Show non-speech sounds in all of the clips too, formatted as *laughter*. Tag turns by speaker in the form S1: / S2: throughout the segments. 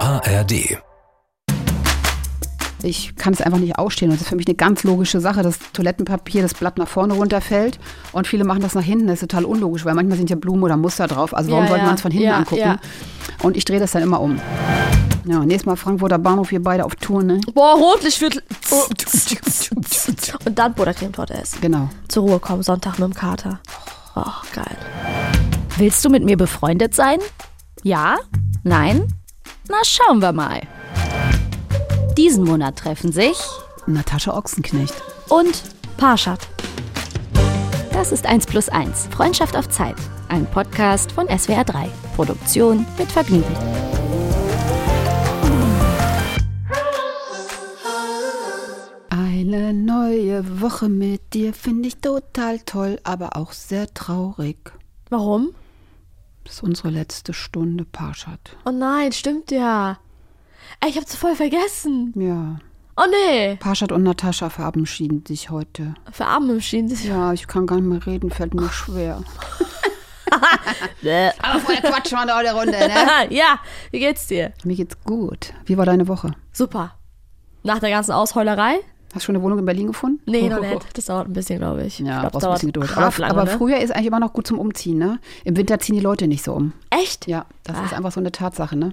S1: ARD.
S2: Ich kann es einfach nicht ausstehen. Und das ist für mich eine ganz logische Sache, dass Toilettenpapier das Blatt nach vorne runterfällt. Und viele machen das nach hinten. Das ist total unlogisch, weil manchmal sind ja Blumen oder Muster drauf. Also warum
S3: Ja,
S2: sollte
S3: ja.
S2: man es von hinten
S3: Ja,
S2: angucken?
S3: ja.
S2: Und ich drehe das dann immer um. Ja, nächstes Mal Frankfurter Bahnhof, wir beide auf Tour, ne?
S3: Boah,
S2: *laughs*
S3: Rotlichtviertel. Und dann Buttercremetorte essen.
S2: Genau.
S3: Zur Ruhe kommen, Sonntag mit dem Kater. Oh, geil.
S4: Willst du mit mir befreundet sein? Ja? Nein? Na, schauen wir mal. Diesen Monat treffen sich
S2: Natascha Ochsenknecht.
S4: und Parshad. Das ist 1 plus 1, Freundschaft auf Zeit. Ein Podcast von SWR 3. Produktion mit Vergnügen.
S2: Eine neue Woche mit dir finde ich total toll, aber auch sehr traurig.
S3: Warum?
S2: Das ist unsere letzte Stunde, Parschat.
S3: Oh nein, stimmt ja. Ey, ich hab's voll vergessen.
S2: Ja.
S3: Oh nee.
S2: Parschat und Natascha verabschieden sich heute.
S3: Für Arme im Schienen.
S2: Ja, ich kann gar nicht mehr reden, fällt mir schwer. Aber vorher quatschen wir noch eine Runde, ne?
S3: *laughs* ja, wie geht's dir?
S2: Mir geht's gut. Wie war deine Woche?
S3: Super. Nach der ganzen Ausheulerei?
S2: Hast du schon eine Wohnung in Berlin gefunden? *laughs*
S3: Nee, noch nicht. Das dauert ein bisschen, glaube ich.
S2: Ja,
S3: ich glaub,
S2: brauchst ein bisschen Geduld. Aber,
S3: hart lange,
S2: aber
S3: ne?
S2: früher ist eigentlich immer noch gut zum Umziehen, ne? Im Winter ziehen die Leute nicht so um.
S3: Echt?
S2: Ja, das ist einfach so eine Tatsache, ne?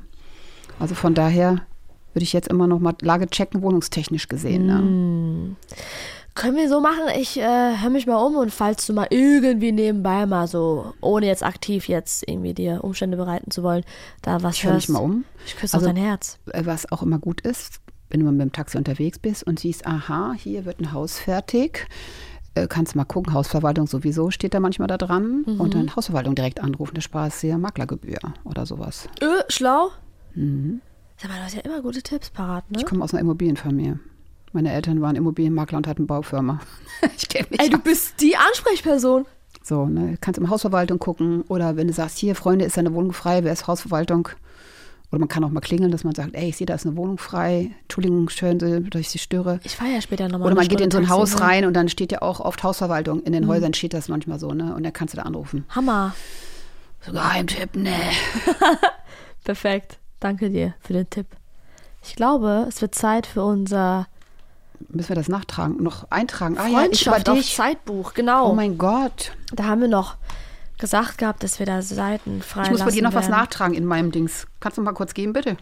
S2: Also von daher würde ich jetzt immer noch mal Lage checken, wohnungstechnisch gesehen, ne?
S3: Können wir so machen, ich äh, höre mich mal um und falls du mal irgendwie nebenbei mal so, ohne jetzt aktiv jetzt irgendwie dir Umstände bereiten zu wollen, da was
S2: Ich höre mich
S3: hörst.
S2: mal um.
S3: Ich küsse
S2: Also-
S3: auch dein Herz.
S2: Äh, Was auch immer gut ist, wenn du mal mit dem Taxi unterwegs bist und siehst, aha, hier wird ein Haus fertig. äh, Kannst mal gucken, Hausverwaltung sowieso steht da manchmal da dran. Und dann Hausverwaltung direkt anrufen, da sparst du dir Maklergebühr oder sowas.
S3: Ö, schlau? Sag mal, du hast ja immer gute Tipps parat, ne?
S2: Mhm. Ich komme aus einer Immobilienfamilie. Meine Eltern waren Immobilienmakler und hatten Baufirma. *laughs* ich kenne mich
S3: Ey, du bist die Ansprechperson.
S2: So, ne? kannst im Hausverwaltung gucken oder wenn du sagst, hier, Freunde, ist da eine Wohnung frei, wer ist Hausverwaltung? Oder man kann auch mal klingeln, dass man sagt, ey, ich sehe, da ist eine Wohnung frei. Entschuldigung, schön, dass ich sie störe.
S3: Ich fahre ja später nochmal.
S2: Oder
S3: eine
S2: man geht in so ein
S3: Stunde
S2: Haus
S3: Taxi, ne? Mhm.
S2: rein und dann steht ja auch oft Hausverwaltung. In den Häusern steht das manchmal so, ne? Und dann kannst du da anrufen.
S3: Hammer.
S2: So Geheimtipp, ne?
S3: Perfekt. Danke dir für den Tipp. Ich glaube, es wird Zeit für unser
S2: Müssen wir das nachtragen? Noch eintragen? Ah ja, ich über
S3: Freundschaft auf
S2: dich.
S3: Zeitbuch.
S2: Oh
S3: Genau.
S2: mein Gott.
S3: da haben wir noch gesagt gehabt, dass wir da Seiten frei
S2: Ich muss bei dir noch
S3: werden.
S2: was nachtragen in meinem Dings. Kannst du mal kurz geben, bitte?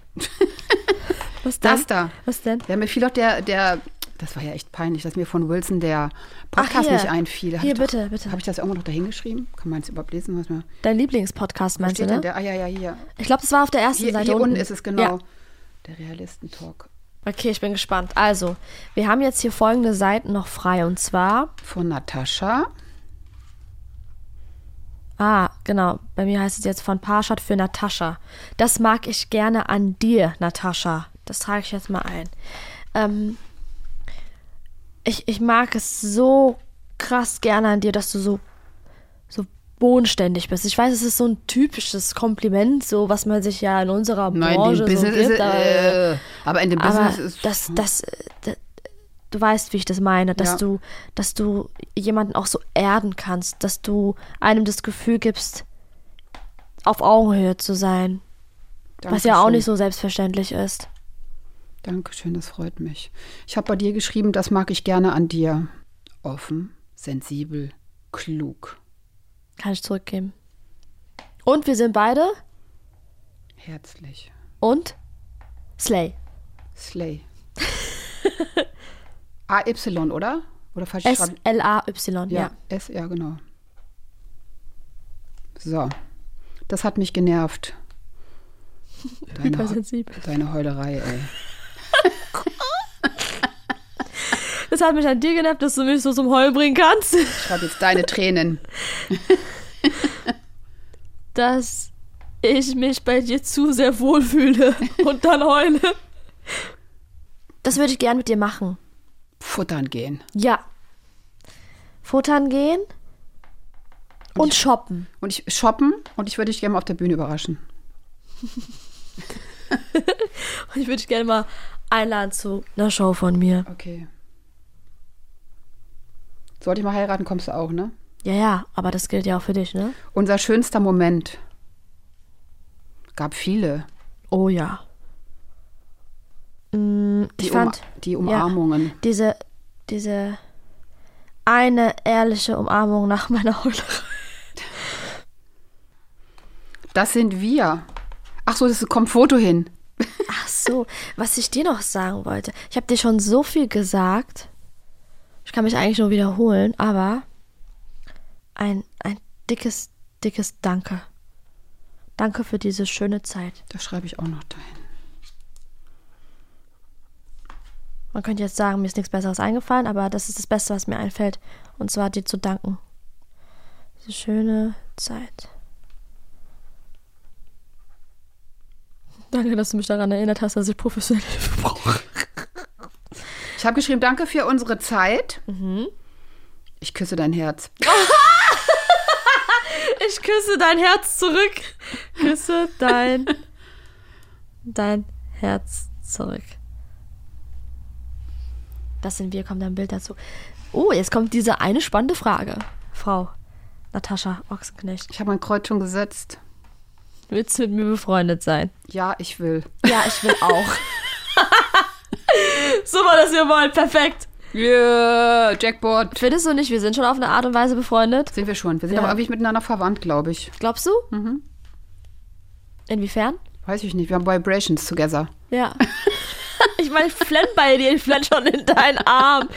S3: Was denn?
S2: Das da.
S3: Was denn?
S2: Ja, mir fiel doch der, der, das war ja echt peinlich, dass mir von Wilson der Podcast
S3: hier.
S2: nicht einfiel.
S3: Hier,
S2: ich
S3: bitte,
S2: doch,
S3: bitte.
S2: Habe ich das irgendwo noch dahingeschrieben? Kann man es überhaupt lesen? Was mir,
S3: Dein Lieblingspodcast meinst du,
S2: steht denn
S3: ne?
S2: der? Ah ja, ja, hier.
S3: Ich glaube, das war auf der ersten
S2: Hier,
S3: Seite.
S2: hier unten ist es genau.
S3: Ja.
S2: Der Realistentalk
S3: Okay, ich bin gespannt. Also, wir haben jetzt hier folgende Seiten noch frei und zwar.
S2: von Natascha.
S3: Ah, genau. Bei mir heißt es jetzt von Parshad für Natascha. Das mag ich gerne an dir, Natascha. Das trage ich jetzt mal ein. Ähm, ich, ich mag es so krass gerne an dir, dass du so, so bodenständig bist. Ich weiß, es ist so ein typisches Kompliment, so was man sich ja in unserer
S2: Nein,
S3: Branche
S2: dem Business
S3: so gibt.
S2: ist
S3: aber-
S2: äh, aber in dem
S3: aber
S2: Business ist hm.
S3: das, das, das, du weißt, wie ich das meine, dass
S2: Ja.
S3: du, dass du jemanden auch so erden kannst, dass du einem das Gefühl gibst, auf Augenhöhe zu sein, was ja auch
S2: Dankeschön.
S3: nicht so selbstverständlich ist.
S2: Dankeschön, das freut mich. Ich habe bei dir geschrieben, das mag ich gerne an dir. Offen, sensibel, klug,
S3: Kann ich zurückgeben. Und wir sind beide
S2: herzlich.
S3: und Slay.
S2: Slay.
S3: *laughs*
S2: AY, oder? Oder falsch
S3: S
S2: schreiben?
S3: L A Y. Ja.
S2: Ja, S, ja, genau. So. Das hat mich genervt.
S3: *laughs*
S2: Deine, Heu-
S3: Hypersensibel.
S2: deine Heulerei, ey.
S3: Das hat mich an dir genervt, dass du mich so zum Heulen bringen kannst.
S2: Ich schreibe jetzt deine Tränen.
S3: dass ich mich bei dir zu sehr *laughs* wohlfühle und dann heule. Das würde ich gern mit dir machen.
S2: Futtern gehen.
S3: Ja. Futtern gehen und shoppen.
S2: Und ich shoppen und ich würde dich gerne mal auf der Bühne überraschen.
S3: Und *laughs* ich würde dich gerne mal einladen zu einer Show von mir.
S2: Okay. Sollte ich mal heiraten, kommst du auch, ne?
S3: Ja, ja, aber das gilt ja auch für dich, ne?
S2: Unser schönster Moment. Gab viele.
S3: Oh ja. Mm,
S2: Die,
S3: ich fand
S2: Uma die Umarmungen.
S3: diese, diese eine ehrliche Umarmung nach meiner Heulerei.
S2: Das sind wir. Ach so, das kommt Foto hin.
S3: Ach so, was ich dir noch sagen wollte. Ich habe dir schon so viel gesagt. Ich kann mich eigentlich nur wiederholen, aber ein, ein dickes, dickes Danke. Danke für diese schöne Zeit.
S2: Das schreibe ich auch noch dahin.
S3: Man könnte jetzt sagen, mir ist nichts Besseres eingefallen, aber das ist das Beste, was mir einfällt. Und zwar dir zu danken. Diese schöne Zeit. Danke, dass du mich daran erinnert hast, dass ich professionell Hilfe brauche.
S2: Ich habe geschrieben, danke für unsere Zeit.
S3: Mhm.
S2: Ich küsse dein Herz.
S3: Ich küsse dein Herz zurück. Küsse dein, dein Herz zurück. Das sind wir, kommt ein Bild dazu. Oh, jetzt kommt diese eine spannende Frage. Frau Natascha Ochsenknecht,
S2: Ich habe mein Kreuz schon gesetzt.
S3: willst du mit mir befreundet sein?
S2: Ja, ich
S3: *laughs*
S2: will.
S3: Ja, ich will *laughs* auch. Super, dass ihr wollt. Perfekt.
S2: Yeah, Jackpot.
S3: Findest du nicht, wir sind schon auf eine Art und Weise befreundet?
S2: Sind wir schon. Wir sind
S3: Ja.
S2: aber irgendwie miteinander verwandt, glaube ich.
S3: Glaubst du? Mhm. Inwiefern?
S2: Weiß ich nicht. Wir haben Vibrations together.
S3: Ja. Ich meine, ich flenn bei dir, ich flenn schon in deinen Arm.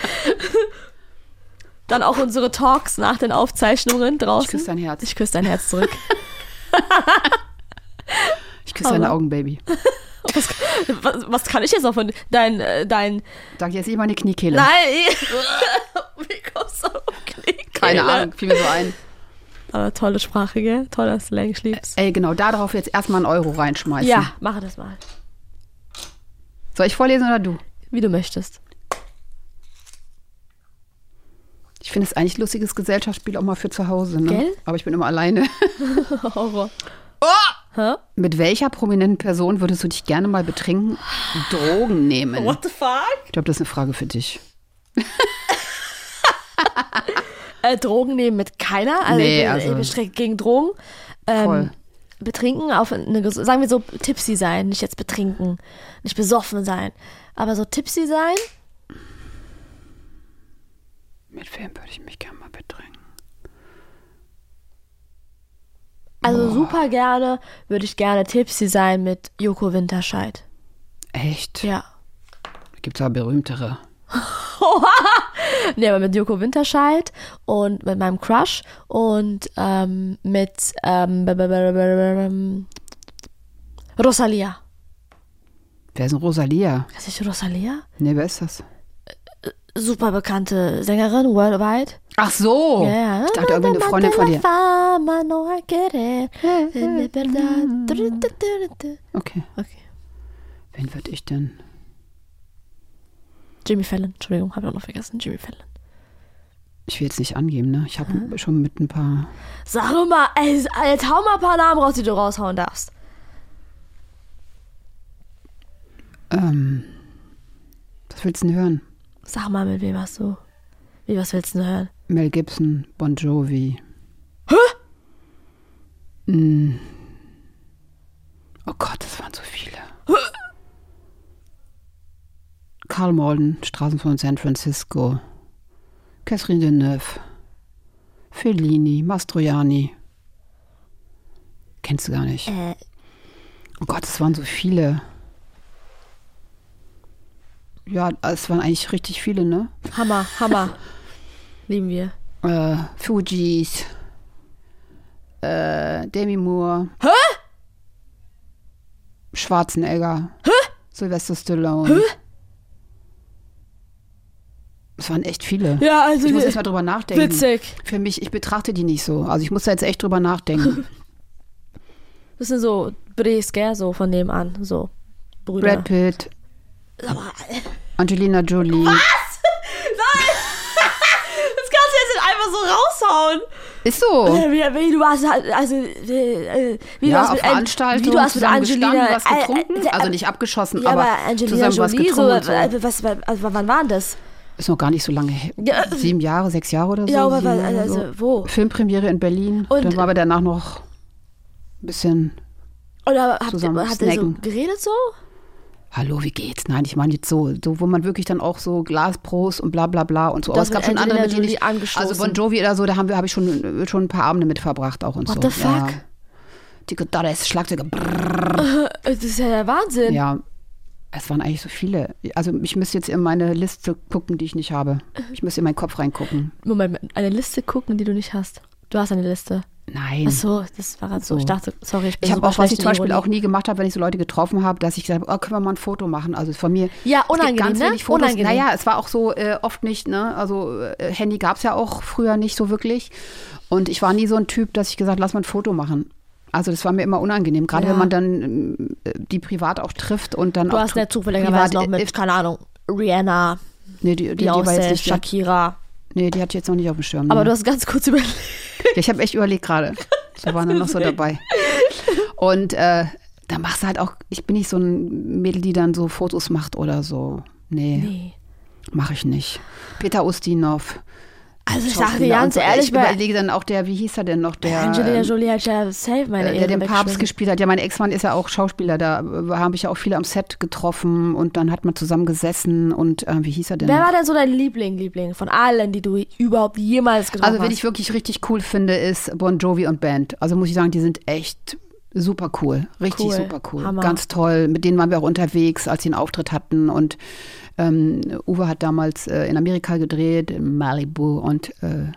S3: Dann auch unsere Talks nach den Aufzeichnungen draußen.
S2: Ich küsse dein Herz.
S3: Ich küsse dein Herz zurück.
S2: Ich küsse deine Augen, Baby.
S3: Was, was, was kann ich jetzt noch von dein, äh, dein,
S2: Sag jetzt nicht meine Kniekehle.
S3: nein, *laughs* wie kommst du auf Kniekehle?
S2: Keine Ahnung, fiel mir so ein.
S3: Aber tolle Sprache, gell? Toller Slang, ich lieb's.
S2: Ey, genau, darauf jetzt erstmal einen Euro reinschmeißen.
S3: Ja, mache das mal.
S2: Soll ich vorlesen oder du?
S3: Wie du möchtest. *laughs*
S2: Ich finde es eigentlich ein lustiges Gesellschaftsspiel auch mal für zu Hause. Ne?
S3: Gell?
S2: Aber ich bin immer alleine. *laughs*
S3: Horror.
S2: Mit welcher prominenten Person würdest du dich gerne mal betrinken? Drogen nehmen.
S3: What the fuck?
S2: Ich glaube, das ist eine Frage für dich.
S3: Äh, Drogen nehmen mit keiner? Also,
S2: Nee,
S3: ich bin,
S2: also-
S3: ich bin strikt gegen Drogen. Ähm,
S2: Voll.
S3: Betrinken auf eine, ges- sagen wir so, tipsy sein, nicht jetzt betrinken, nicht besoffen sein, aber so tipsy sein.
S2: Mit wem würde ich mich gerne mal betrinken?
S3: Also super gerne würde ich gerne tipsy sein mit Joko Winterscheid.
S2: Echt?
S3: Ja.
S2: Gibt es da berühmtere?
S3: Nee, aber mit Joko Winterscheid und mit meinem Crush und ähm, mit ähm, b- b- b- b- b- Rosalia.
S2: Wer ist denn Rosalia?
S3: Ist ich Rosalia?
S2: Nee, wer ist das?
S3: Super bekannte Sängerin worldwide.
S2: Ach so.
S3: Ja.
S2: Ich dachte, irgendwie eine Freundin von dir.
S3: Fama, no hay querer, en libertad. Du, du, du, du, du.
S2: Okay.
S3: Okay.
S2: Wen würde ich denn?
S3: Jimmy Fallon, Entschuldigung, habe ich auch noch vergessen. Jimmy Fallon.
S2: Ich will jetzt nicht angeben, ne? Ich habe schon mit ein paar.
S3: Sag doch mal, ey, jetzt hau mal ein paar Namen raus, die du raushauen darfst.
S2: Ähm, was willst du denn hören?
S3: Sag mal, mit wem hast du? Wie, was willst du denn hören?
S2: Mel Gibson, Bon Jovi. Hä? Oh Gott, das waren so viele. Karl Malden, Straßen von San Francisco. Catherine Deneuve. Fellini, Mastroianni. Kennst du gar nicht.
S3: Äh,
S2: Oh Gott, es waren so viele. Ja, es waren eigentlich richtig viele, ne?
S3: Hammer, *laughs* Hammer. Lieben wir.
S2: äh, Fujis, äh, Demi Moore. Hä? Schwarzenegger. Hä? Sylvester Stallone. Hä? Es waren echt viele.
S3: Ja, also
S2: Ich muss erst mal drüber nachdenken.
S3: witzig.
S2: Für mich, ich betrachte die nicht so. Also ich muss da jetzt echt drüber nachdenken. *laughs*
S3: Bisschen so Brees, gell, so von nebenan, so. Brüder.
S2: Brad Pitt.
S3: *laughs*
S2: Angelina Jolie.
S3: Das kannst du jetzt nicht einfach so raushauen.
S2: Ist so.
S3: Äh, Wie, wie du hast halt- also äh, äh, wie du
S2: Ja,
S3: hast
S2: auf
S3: mit An-
S2: Veranstaltungen
S3: wie du hast mit
S2: zusammen gestanden,
S3: Angelina
S2: was getrunken.
S3: äh, äh,
S2: also nicht abgeschossen,
S3: ja,
S2: aber,
S3: aber Angelina
S2: zusammen was
S3: Jolie so,
S2: getrunken. und so.
S3: äh, was also wann waren das?
S2: Ist noch gar nicht so lange her.
S3: Ja. äh,
S2: Sieben Jahre, sechs Jahre oder so.
S3: Ja, aber
S2: sieben
S3: was,
S2: Jahre
S3: also
S2: so.
S3: wo?
S2: Filmpremiere in Berlin.
S3: Und-
S2: dann waren wir danach noch ein bisschen.
S3: Oder habt,
S2: Zusammen
S3: habt ihr so
S2: snacken.
S3: geredet so?
S2: Hallo, wie geht's? Nein, ich meine jetzt so, so, wo man wirklich dann auch so Glasprost und bla bla bla und so.
S3: Da
S2: Aber es
S3: wird
S2: gab schon
S3: Angelina
S2: andere, mit denen
S3: Jolie
S2: ich,
S3: angestoßen.
S2: also Bon Jovi oder so, da haben wir, habe ich schon, äh, schon ein paar Abende mit verbracht auch und
S3: What
S2: so.
S3: the
S2: Ja.
S3: fuck?
S2: Die Gitarre ist Schlagzeuger. brrr.
S3: Das ist ja der Wahnsinn.
S2: Ja, es waren eigentlich so viele. Also ich müsste jetzt in meine Liste gucken, die ich nicht habe. Ich müsste in meinen Kopf reingucken.
S3: Moment, eine Liste gucken, die du nicht hast. Du hast eine Liste.
S2: Nein.
S3: Ach so, das war gerade so.
S2: Hm. So.
S3: Ich dachte, sorry, ich bin
S2: Ich habe
S3: super
S2: auch, was
S3: schlecht
S2: ich
S3: in
S2: zum Beispiel
S3: Ironie.
S2: auch nie gemacht habe, wenn ich so Leute getroffen habe, dass ich gesagt habe, oh, können wir mal ein Foto machen? Also von mir.
S3: Ja,
S2: es
S3: unangenehm,
S2: gibt ganz
S3: ne?
S2: wenig Fotos.
S3: Unangenehm.
S2: Naja, es war auch so äh, oft nicht, ne? Also äh, Handy gab es ja auch früher nicht so wirklich. Und ich war nie so ein Typ, dass ich gesagt lass mal ein Foto machen. Also das war mir immer unangenehm, gerade
S3: Ja.
S2: wenn man dann äh, die privat auch trifft und dann
S3: Du
S2: auch
S3: hast
S2: tu-
S3: ja
S2: privat,
S3: zufälligerweise noch
S2: äh,
S3: mit, keine Ahnung, Rihanna,
S2: nee, die, die, die war jetzt
S3: Beyoncé,
S2: nicht, Hm.
S3: Shakira.
S2: nee, die hatte ich jetzt noch nicht auf dem Schirm.
S3: Aber
S2: nee.
S3: du hast ganz kurz überlegt.
S2: Ich habe echt überlegt
S3: *laughs*
S2: gerade. Da waren dann noch so dabei. Und äh, da machst du halt auch, ich bin nicht so ein Mädel, die dann so Fotos macht oder so. Nee,
S3: Nee.
S2: mache ich nicht. Peter Ustinov.
S3: Also ich
S2: Schauspieler
S3: sage dir
S2: und
S3: ganz
S2: so.
S3: ehrlich,
S2: ich
S3: bei
S2: überlege dann auch der, wie hieß er denn noch, der,
S3: Angelina
S2: ähm,
S3: Jolie hat ja safe meine
S2: äh, der
S3: Ehre
S2: den Papst
S3: weggeschmissen.
S2: gespielt hat. Ja, mein Ex-Mann ist ja auch Schauspieler, da äh, habe ich ja auch viele am Set getroffen und dann hat man zusammen gesessen und äh, wie hieß er denn?
S3: Wer
S2: noch?
S3: war denn so dein Liebling, Liebling von allen, die du überhaupt jemals getroffen
S2: Also, wen ich
S3: hast?
S2: wirklich richtig cool finde, ist Bon Jovi und Band. Also muss ich sagen, die sind echt super cool. Richtig
S3: Cool.
S2: super cool.
S3: Hammer.
S2: Ganz toll. Mit denen waren wir auch unterwegs, als sie einen Auftritt hatten. Und ähm, Uwe hat damals äh, in Amerika gedreht, in Malibu. Und äh,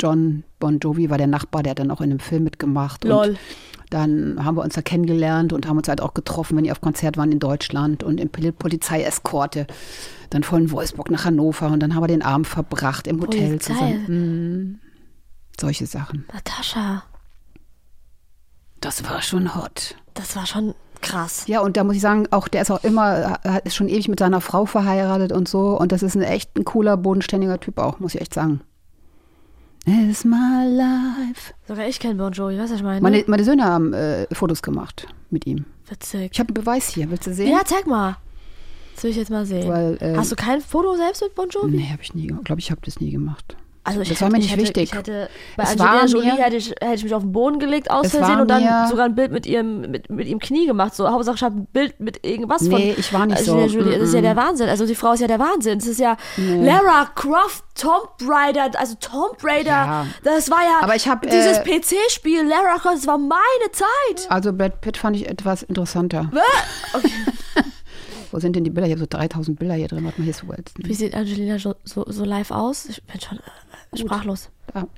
S2: John Bon Jovi war der Nachbar, der hat dann auch in dem Film mitgemacht.
S3: Lol.
S2: Und dann haben wir uns da kennengelernt und haben uns halt auch getroffen, wenn die auf Konzert waren in Deutschland und in Pol- Polizeieskorte. Dann von Wolfsburg nach Hannover und dann haben wir den Abend verbracht im Hotel
S3: Polizei.
S2: zusammen. Mhm. Solche Sachen.
S3: Natascha,
S2: Das war schon hot.
S3: das war schon krass.
S2: Ja, und da muss ich sagen, auch der ist auch immer, äh, ist schon ewig mit seiner Frau verheiratet und so. Und das ist ein echt ein cooler, bodenständiger Typ auch, muss ich echt sagen. It's my life.
S3: Sogar ich kenne Bon Jovi, weißt du, was ich meine?
S2: Meine, meine Söhne haben äh, Fotos gemacht mit ihm.
S3: Witzig.
S2: Ich habe einen Beweis hier, willst du sehen?
S3: Ja, zeig mal. Das will ich jetzt mal sehen.
S2: Weil, äh,
S3: Hast du kein Foto selbst mit Bon Jovi?
S2: Nee, habe ich nie, glaube ich, habe das nie gemacht.
S3: Also ich
S2: Das war
S3: hätte,
S2: mir
S3: ich
S2: nicht
S3: hätte,
S2: wichtig.
S3: Ich hätte, bei
S2: Es
S3: Angelina
S2: war
S3: Jolie
S2: mir-
S3: hätte ich, hätte ich mich auf den Boden gelegt aus
S2: Es war
S3: Versehen und dann
S2: mir-
S3: sogar ein Bild mit ihrem mit, mit ihm Knie gemacht. So Hauptsache ich habe ein Bild mit irgendwas von
S2: Nee, ich war nicht so.
S3: Angelina Jolie. Das ist ja
S2: Mm-mm.
S3: der Wahnsinn. Also die Frau ist ja der Wahnsinn. Das ist ja Lara Croft, Tomb Raider, also Tomb Raider.
S2: Ja.
S3: Das war ja
S2: Aber ich hab,
S3: dieses
S2: äh,
S3: PC-Spiel Lara Croft. Das war meine Zeit.
S2: Also Brad Pitt fand ich etwas interessanter. *laughs* Wo sind denn die Bilder? Ich habe so 3000 Bilder hier drin. Warte mal, hier ist Wells.
S3: Wie sieht Angelina so, so, so live aus? Ich bin schon äh, sprachlos.
S2: Da,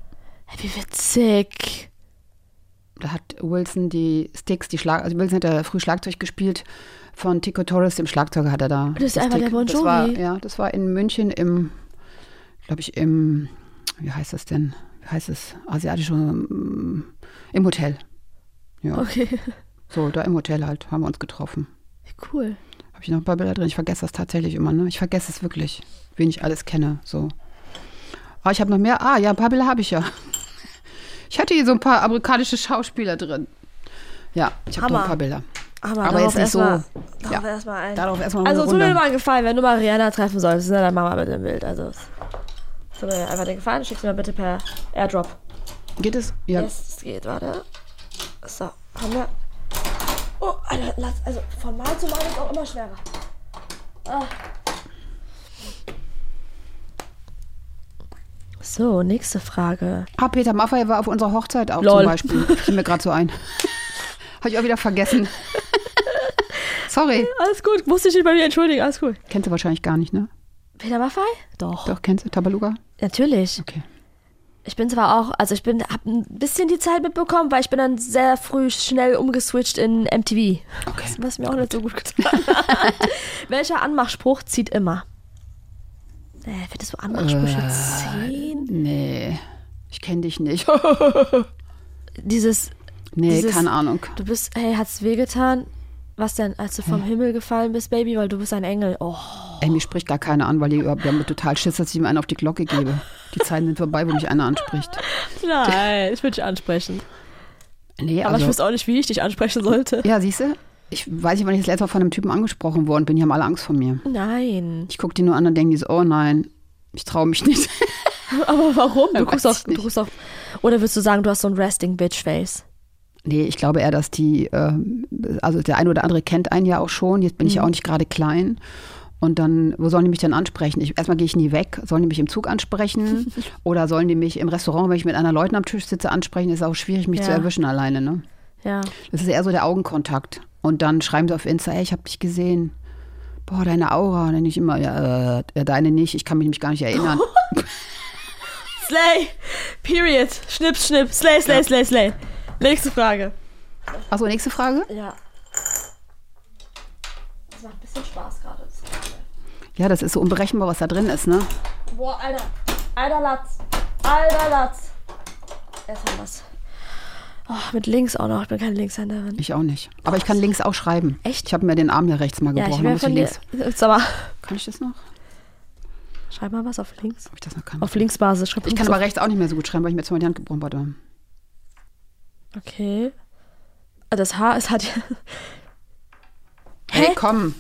S3: Hey, wie witzig.
S2: da hat Wilson die Sticks, die Schlag, also Wilson hat ja früh Schlagzeug gespielt. Von Tico Torres, dem Schlagzeuger, hat er da.
S3: Das ist
S2: die
S3: einfach der Bon
S2: Das war,
S3: Jovi.
S2: ja, das war in München im, glaube ich, im, wie heißt das denn? Wie heißt es? Asiatische, mm, im Hotel. Ja,
S3: Okay,
S2: so, da im Hotel halt, haben wir uns getroffen.
S3: cool.
S2: Habe ich noch ein paar Bilder drin? Ich vergesse das tatsächlich immer, ne? Ich vergesse es wirklich, wen ich alles kenne. So. Ah, ich habe noch mehr. Ah, ja, ein paar Bilder habe ich ja. *laughs* Ich hatte hier so ein paar amerikanische Schauspieler drin. Ja, ich habe noch
S3: Hammer.
S2: ein paar Bilder.
S3: Aber,
S2: Aber
S3: darauf
S2: jetzt nicht so.
S3: erstmal-
S2: Ja.
S3: Darauf erstmal ein.
S2: Darauf erstmal noch
S3: also,
S2: eine
S3: tu mir
S2: Runde.
S3: mal einen Gefallen, wenn du mal Rihanna treffen solltest, ne, dann mach mal bitte ein Bild. Also, tu mir einfach den Gefallen, schick's mir bitte per Airdrop.
S2: Geht es? Ja.
S3: Yes, es geht, warte. So, haben wir. Oh, Alter, lass, also von Mal zu Mal ist auch immer schwerer. Ah. So, nächste Frage.
S2: Ah, Peter Maffay war auf unserer Hochzeit auch
S3: Lol.
S2: zum Beispiel.
S3: *laughs*
S2: Fiel mir gerade so ein. *laughs* habe ich auch wieder vergessen. Sorry.
S3: Alles gut, musste ich nicht bei mir entschuldigen, alles gut.
S2: Kennst du wahrscheinlich gar nicht, ne?
S3: Peter Maffei? Doch.
S2: Doch, kennst du Tabaluga?
S3: Natürlich.
S2: Okay.
S3: Ich bin zwar auch, also ich bin, hab ein bisschen die Zeit mitbekommen, weil ich bin dann sehr früh schnell umgeswitcht in MTV.
S2: Okay.
S3: Was, was mir auch nicht so gut getan hat. *laughs* Welcher Anmachspruch zieht immer? Äh, findest du Anmachsprüche ziehen?
S2: Nee, ich kenne dich nicht.
S3: *laughs* Dieses,
S2: Nee,
S3: Dieses-
S2: keine Ahnung.
S3: du bist, hey, hat's wehgetan? Was denn, als du vom Himmel gefallen bist, Baby, weil du bist ein Engel? Oh,
S2: Ey, mir spricht gar keiner an, weil die, die haben total Schiss, dass ich ihm einen auf die Glocke gebe. Die Zeiten sind vorbei, wo mich einer anspricht.
S3: nein, ich will dich ansprechen.
S2: Nee, also,
S3: auch nicht, wie ich dich ansprechen sollte.
S2: ja, siehst du? Ich weiß nicht, wann ich das letzte Mal von einem Typen angesprochen worden bin. Die haben alle Angst vor mir.
S3: Nein.
S2: Ich gucke die nur an und denke die so, oh nein, ich traue mich nicht. *laughs*
S3: *laughs* Aber warum? Du
S2: Ja,
S3: guckst
S2: weiß
S3: auf,
S2: ich nicht.
S3: du guckst auf. Oder willst du sagen, du hast so ein Resting Bitch Face?
S2: Nee, ich glaube eher, dass die, ähm, also der eine oder andere kennt einen ja auch schon. Jetzt bin ich ja auch nicht gerade klein. Und dann, wo sollen die mich denn ansprechen? Ich, erstmal gehe ich nie weg. Sollen die mich im Zug ansprechen? oder sollen die mich im Restaurant, wenn ich mit anderen Leuten am Tisch sitze, ansprechen? Ist auch schwierig, mich
S3: Ja.
S2: zu erwischen alleine. Ne?
S3: Ja.
S2: Das ist eher so der Augenkontakt. Und dann schreiben sie auf Insta, ey, ich habe dich gesehen. Boah, deine Aura. Und dann ich immer, ja, äh, deine nicht. Ich kann mich nämlich gar nicht
S3: *laughs*
S2: erinnern.
S3: Slay! Period. Schnipp, schnipp. Slay, slay, slay, slay. Nächste Frage.
S2: Achso, nächste Frage.
S3: Ja. Das macht ein bisschen Spaß gerade.
S2: Ja, das ist so unberechenbar, was da drin ist, ne?
S3: Boah, Alter. Alter Latz. Alter Latz. Jetzt haben wir's. Oh, mit links auch noch. Ich bin keine Linkshänderin.
S2: Ich auch nicht. Aber ich kann links auch schreiben.
S3: Echt?
S2: Ich habe mir den Arm hier rechts mal
S3: Ja,
S2: gebrochen.
S3: ich
S2: dann
S3: wäre
S2: muss ich
S3: von dir.
S2: links.
S3: Sag mal,
S2: Kann ich das noch?
S3: schreib mal was auf links.
S2: Ob ich das noch kann?
S3: Auf Linksbasis. Schreib
S2: ich kann
S3: links
S2: aber rechts auch nicht mehr so gut schreiben, weil ich mir zweimal die Hand gebrochen habe.
S3: auf. Okay. Ah, Das Haar ist hat.
S2: Hey, komm.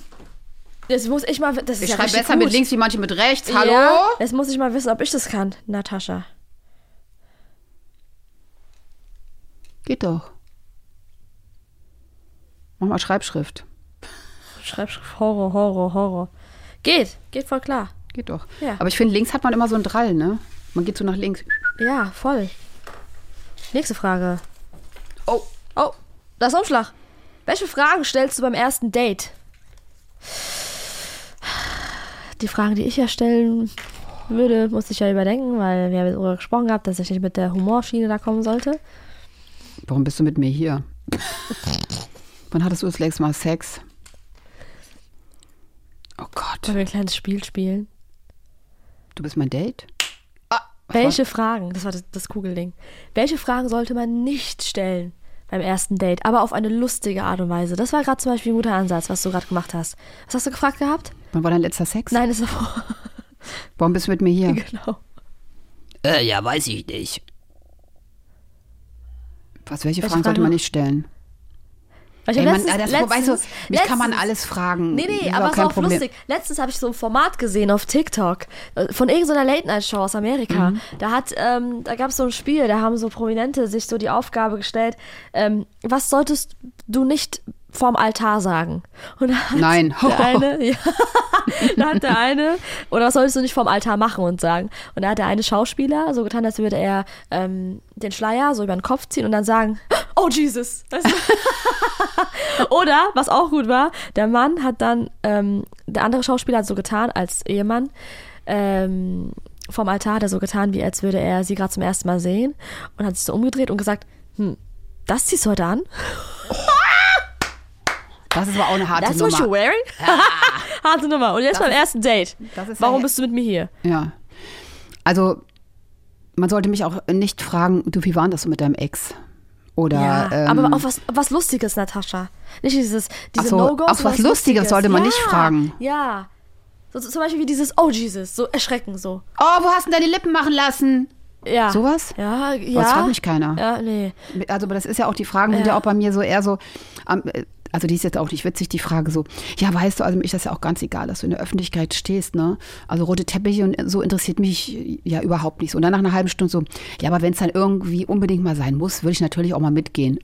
S3: Das muss ich mal. Das ist
S2: Ich
S3: ja
S2: schreibe
S3: richtig
S2: besser
S3: gut.
S2: mit links wie manche mit rechts. Hallo?
S3: Ja, jetzt muss ich mal wissen, ob ich das kann, Natascha.
S2: Geht doch. Mach mal Schreibschrift.
S3: Schreibschrift Horror, Horror, Horror. Geht, geht voll klar.
S2: Geht doch.
S3: Ja.
S2: Aber ich finde, links hat man immer so einen Drall, ne? Man geht so nach links.
S3: Ja, voll. Nächste Frage.
S2: Oh,
S3: Oh, das Umschlag. Welche Fragen stellst du beim ersten Date? Die Fragen, die ich ja stellen würde, musste ich ja überdenken, weil wir haben darüber gesprochen gehabt, dass ich nicht mit der Humorschiene da kommen sollte.
S2: warum bist du mit mir
S3: *laughs*
S2: hier? Wann hattest du das letzte Mal Sex? Oh Gott.
S3: Wollen wir ein kleines Spiel spielen?
S2: Du bist mein Date?
S3: Welche Fragen, das war das, das Kugelding, welche Fragen sollte man nicht stellen beim ersten Date, aber auf eine lustige Art und Weise? Das war gerade zum Beispiel ein guter Ansatz, was du gerade gemacht hast. Was hast du gefragt gehabt?
S2: Wann war dein letzter Sex?
S3: Nein, das war *laughs*
S2: Warum bist du mit mir hier?
S3: genau.
S2: Äh, ja, weiß ich nicht. Was, welche, Fragen sollte
S3: Fragen?
S2: man nicht stellen?
S3: Weil ich hab
S2: Ey, man,
S3: letztens-
S2: ah, das, wobei, so, mich
S3: letztens-
S2: kann man
S3: letztens-
S2: alles fragen.
S3: Nee, nee,
S2: Ist
S3: aber
S2: auch
S3: es war
S2: kein
S3: auch
S2: Problem.
S3: lustig. Letztens habe ich so ein Format gesehen auf TikTok äh, von irgendeiner Late-Night-Show aus Amerika.
S2: Mhm.
S3: Da hat, ähm, da gab es so ein Spiel, da haben so Prominente sich so die Aufgabe gestellt, ähm, was solltest du nicht vorm Altar sagen? Und da hat
S2: Nein. *laughs*
S3: der eine, ja, *laughs* da hat der eine, oder was solltest du nicht vorm Altar machen und sagen? Und da hat der eine Schauspieler so getan, als würde er ähm, den Schleier so über den Kopf ziehen und dann sagen, oh Jesus. Weißt du? Oder, was auch gut war, der Mann hat dann, ähm, der andere Schauspieler hat so getan, als Ehemann, ähm, vom Altar hat er so getan, wie als würde er sie gerade zum ersten Mal sehen und hat sich so umgedreht und gesagt, hm, das ziehst du heute an?
S2: Das ist aber auch eine harte
S3: That's what you're
S2: Nummer. *laughs*
S3: wearing? *laughs* Harte Nummer. Und jetzt beim ersten Date.
S2: das ist ja
S3: Warum
S2: je-
S3: bist du mit mir hier?
S2: Ja. Also, man sollte mich auch nicht fragen, du, wie war denn das so mit deinem Ex? Oder, ähm,
S3: aber auch was, was Lustiges, Natascha. Nicht dieses diese
S2: Ach so,
S3: No-Go.
S2: auch was Lustiges sollte man nicht fragen.
S3: Ja. So, so, zum Beispiel wie dieses Oh Jesus, so erschrecken so.
S2: oh, wo hast du denn deine Lippen machen lassen?
S3: Ja.
S2: Sowas?
S3: Ja, ja.
S2: Aber das fragt mich keiner.
S3: Ja, nee.
S2: Also, aber das ist ja auch die Fragen, sind ja. auch bei mir so eher so. am- äh, Also, die ist jetzt auch nicht witzig, die Frage so. Ja, weißt du, also mir ist das ja auch ganz egal, dass du in der Öffentlichkeit stehst, ne? Also, rote Teppiche und so interessiert mich ja überhaupt nicht. So. Und dann nach einer halben Stunde so, ja, aber wenn es dann irgendwie unbedingt mal sein muss, würde ich natürlich auch mal mitgehen.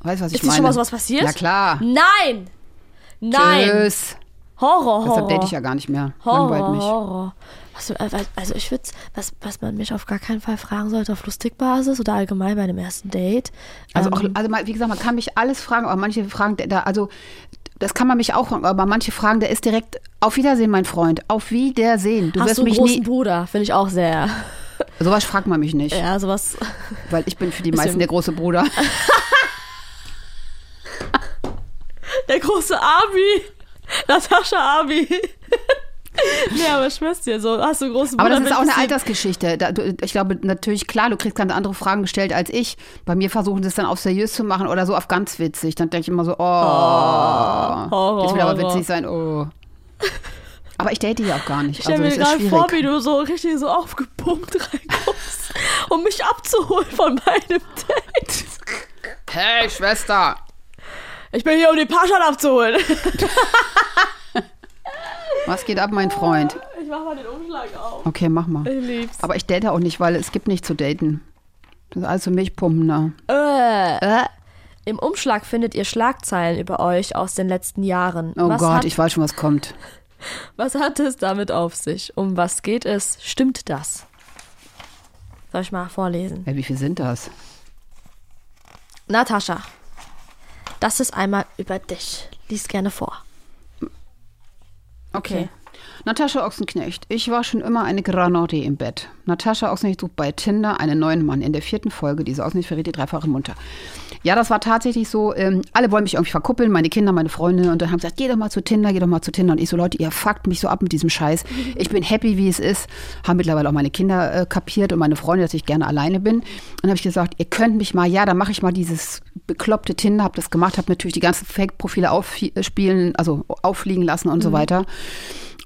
S2: Weißt du, was ich
S3: Äh. Ist dir
S2: meine?
S3: schon mal sowas passiert?
S2: Ja, klar.
S3: Nein! Nein! Oh.
S2: Tschüss.
S3: Horror, Horror.
S2: Deshalb date ich ja gar nicht mehr. Langweilt
S3: Horror,
S2: mich.
S3: Horror. Was, äh, also ich würde, was, was man mich auf gar keinen Fall fragen sollte, auf Lustigbasis oder allgemein bei einem ersten Date.
S2: Also,
S3: ähm,
S2: auch, also mal, wie gesagt, man kann mich alles fragen, aber manche Fragen, da, also das kann man mich auch fragen, aber manche Fragen, da ist direkt auf Wiedersehen, mein Freund, auf Wiedersehen. Du
S3: hast
S2: wirst
S3: du einen
S2: mich
S3: großen
S2: nie.
S3: Bruder? Finde ich auch sehr.
S2: Sowas fragt man mich nicht,
S3: Ja, sowas.
S2: weil ich bin für die
S3: Bisschen-
S2: meisten der große Bruder.
S3: *laughs* Der große Abi. Natascha Abi.
S2: *laughs*
S3: ja, aber Schwester, so hast du einen großen
S2: Aber
S3: Bruder.
S2: das ist
S3: mit
S2: auch eine
S3: bisschen-
S2: Altersgeschichte. Da, du, ich glaube natürlich, klar, du kriegst ganz andere Fragen gestellt als ich. Bei mir versuchen sie es dann auf seriös zu machen oder so auf ganz witzig. Dann denke ich immer so, oh,
S3: Horror,
S2: jetzt will aber
S3: Horror.
S2: witzig sein, oh. Aber ich date ja auch gar nicht.
S3: Ich stell
S2: also,
S3: mir
S2: das ist
S3: gerade
S2: schwierig.
S3: vor, wie du so richtig so aufgepumpt *laughs* reinkommst, um mich abzuholen von meinem Date.
S2: hey, Schwester!
S3: Ich bin hier, um den Paschan abzuholen. *laughs*
S2: Was geht ab, mein Freund?
S3: Ich mach mal den Umschlag auf.
S2: Okay, mach mal.
S3: Ich lieb's.
S2: Aber ich date auch nicht, weil es gibt nicht zu daten. Das ist alles so Milchpumpen da.
S3: Äh.
S2: Äh,
S3: Im Umschlag findet ihr Schlagzeilen über euch aus den letzten Jahren.
S2: Oh
S3: was
S2: Gott,
S3: hat,
S2: ich weiß schon, was kommt.
S3: was hat es damit auf sich? Um was geht es? Stimmt das? Soll ich mal vorlesen?
S2: Ja, wie viel sind das?
S3: Natascha, das ist einmal über dich. Lies gerne vor.
S2: Okay. Natascha Ochsenknecht. Ich war schon immer eine Granate im Bett. Natascha Ochsenknecht sucht bei Tinder einen neuen Mann. In der vierten Folge, diese Ochsenknecht verrät die dreifache Mutter. Ja, das war tatsächlich so. Ähm, alle wollen mich irgendwie verkuppeln, meine Kinder, meine Freunde. Und dann haben sie gesagt, geh doch mal zu Tinder, geh doch mal zu Tinder. Und ich so, Leute, ihr fuckt mich so ab mit diesem Scheiß. Ich bin happy, wie es ist. Haben mittlerweile auch meine Kinder äh, kapiert und meine Freunde, dass ich gerne alleine bin. Und dann habe ich gesagt, ihr könnt mich mal, ja, dann mache ich mal dieses bekloppte Tinder, habe das gemacht, habe natürlich die ganzen Fake-Profile aufspielen, also auffliegen lassen und so weiter.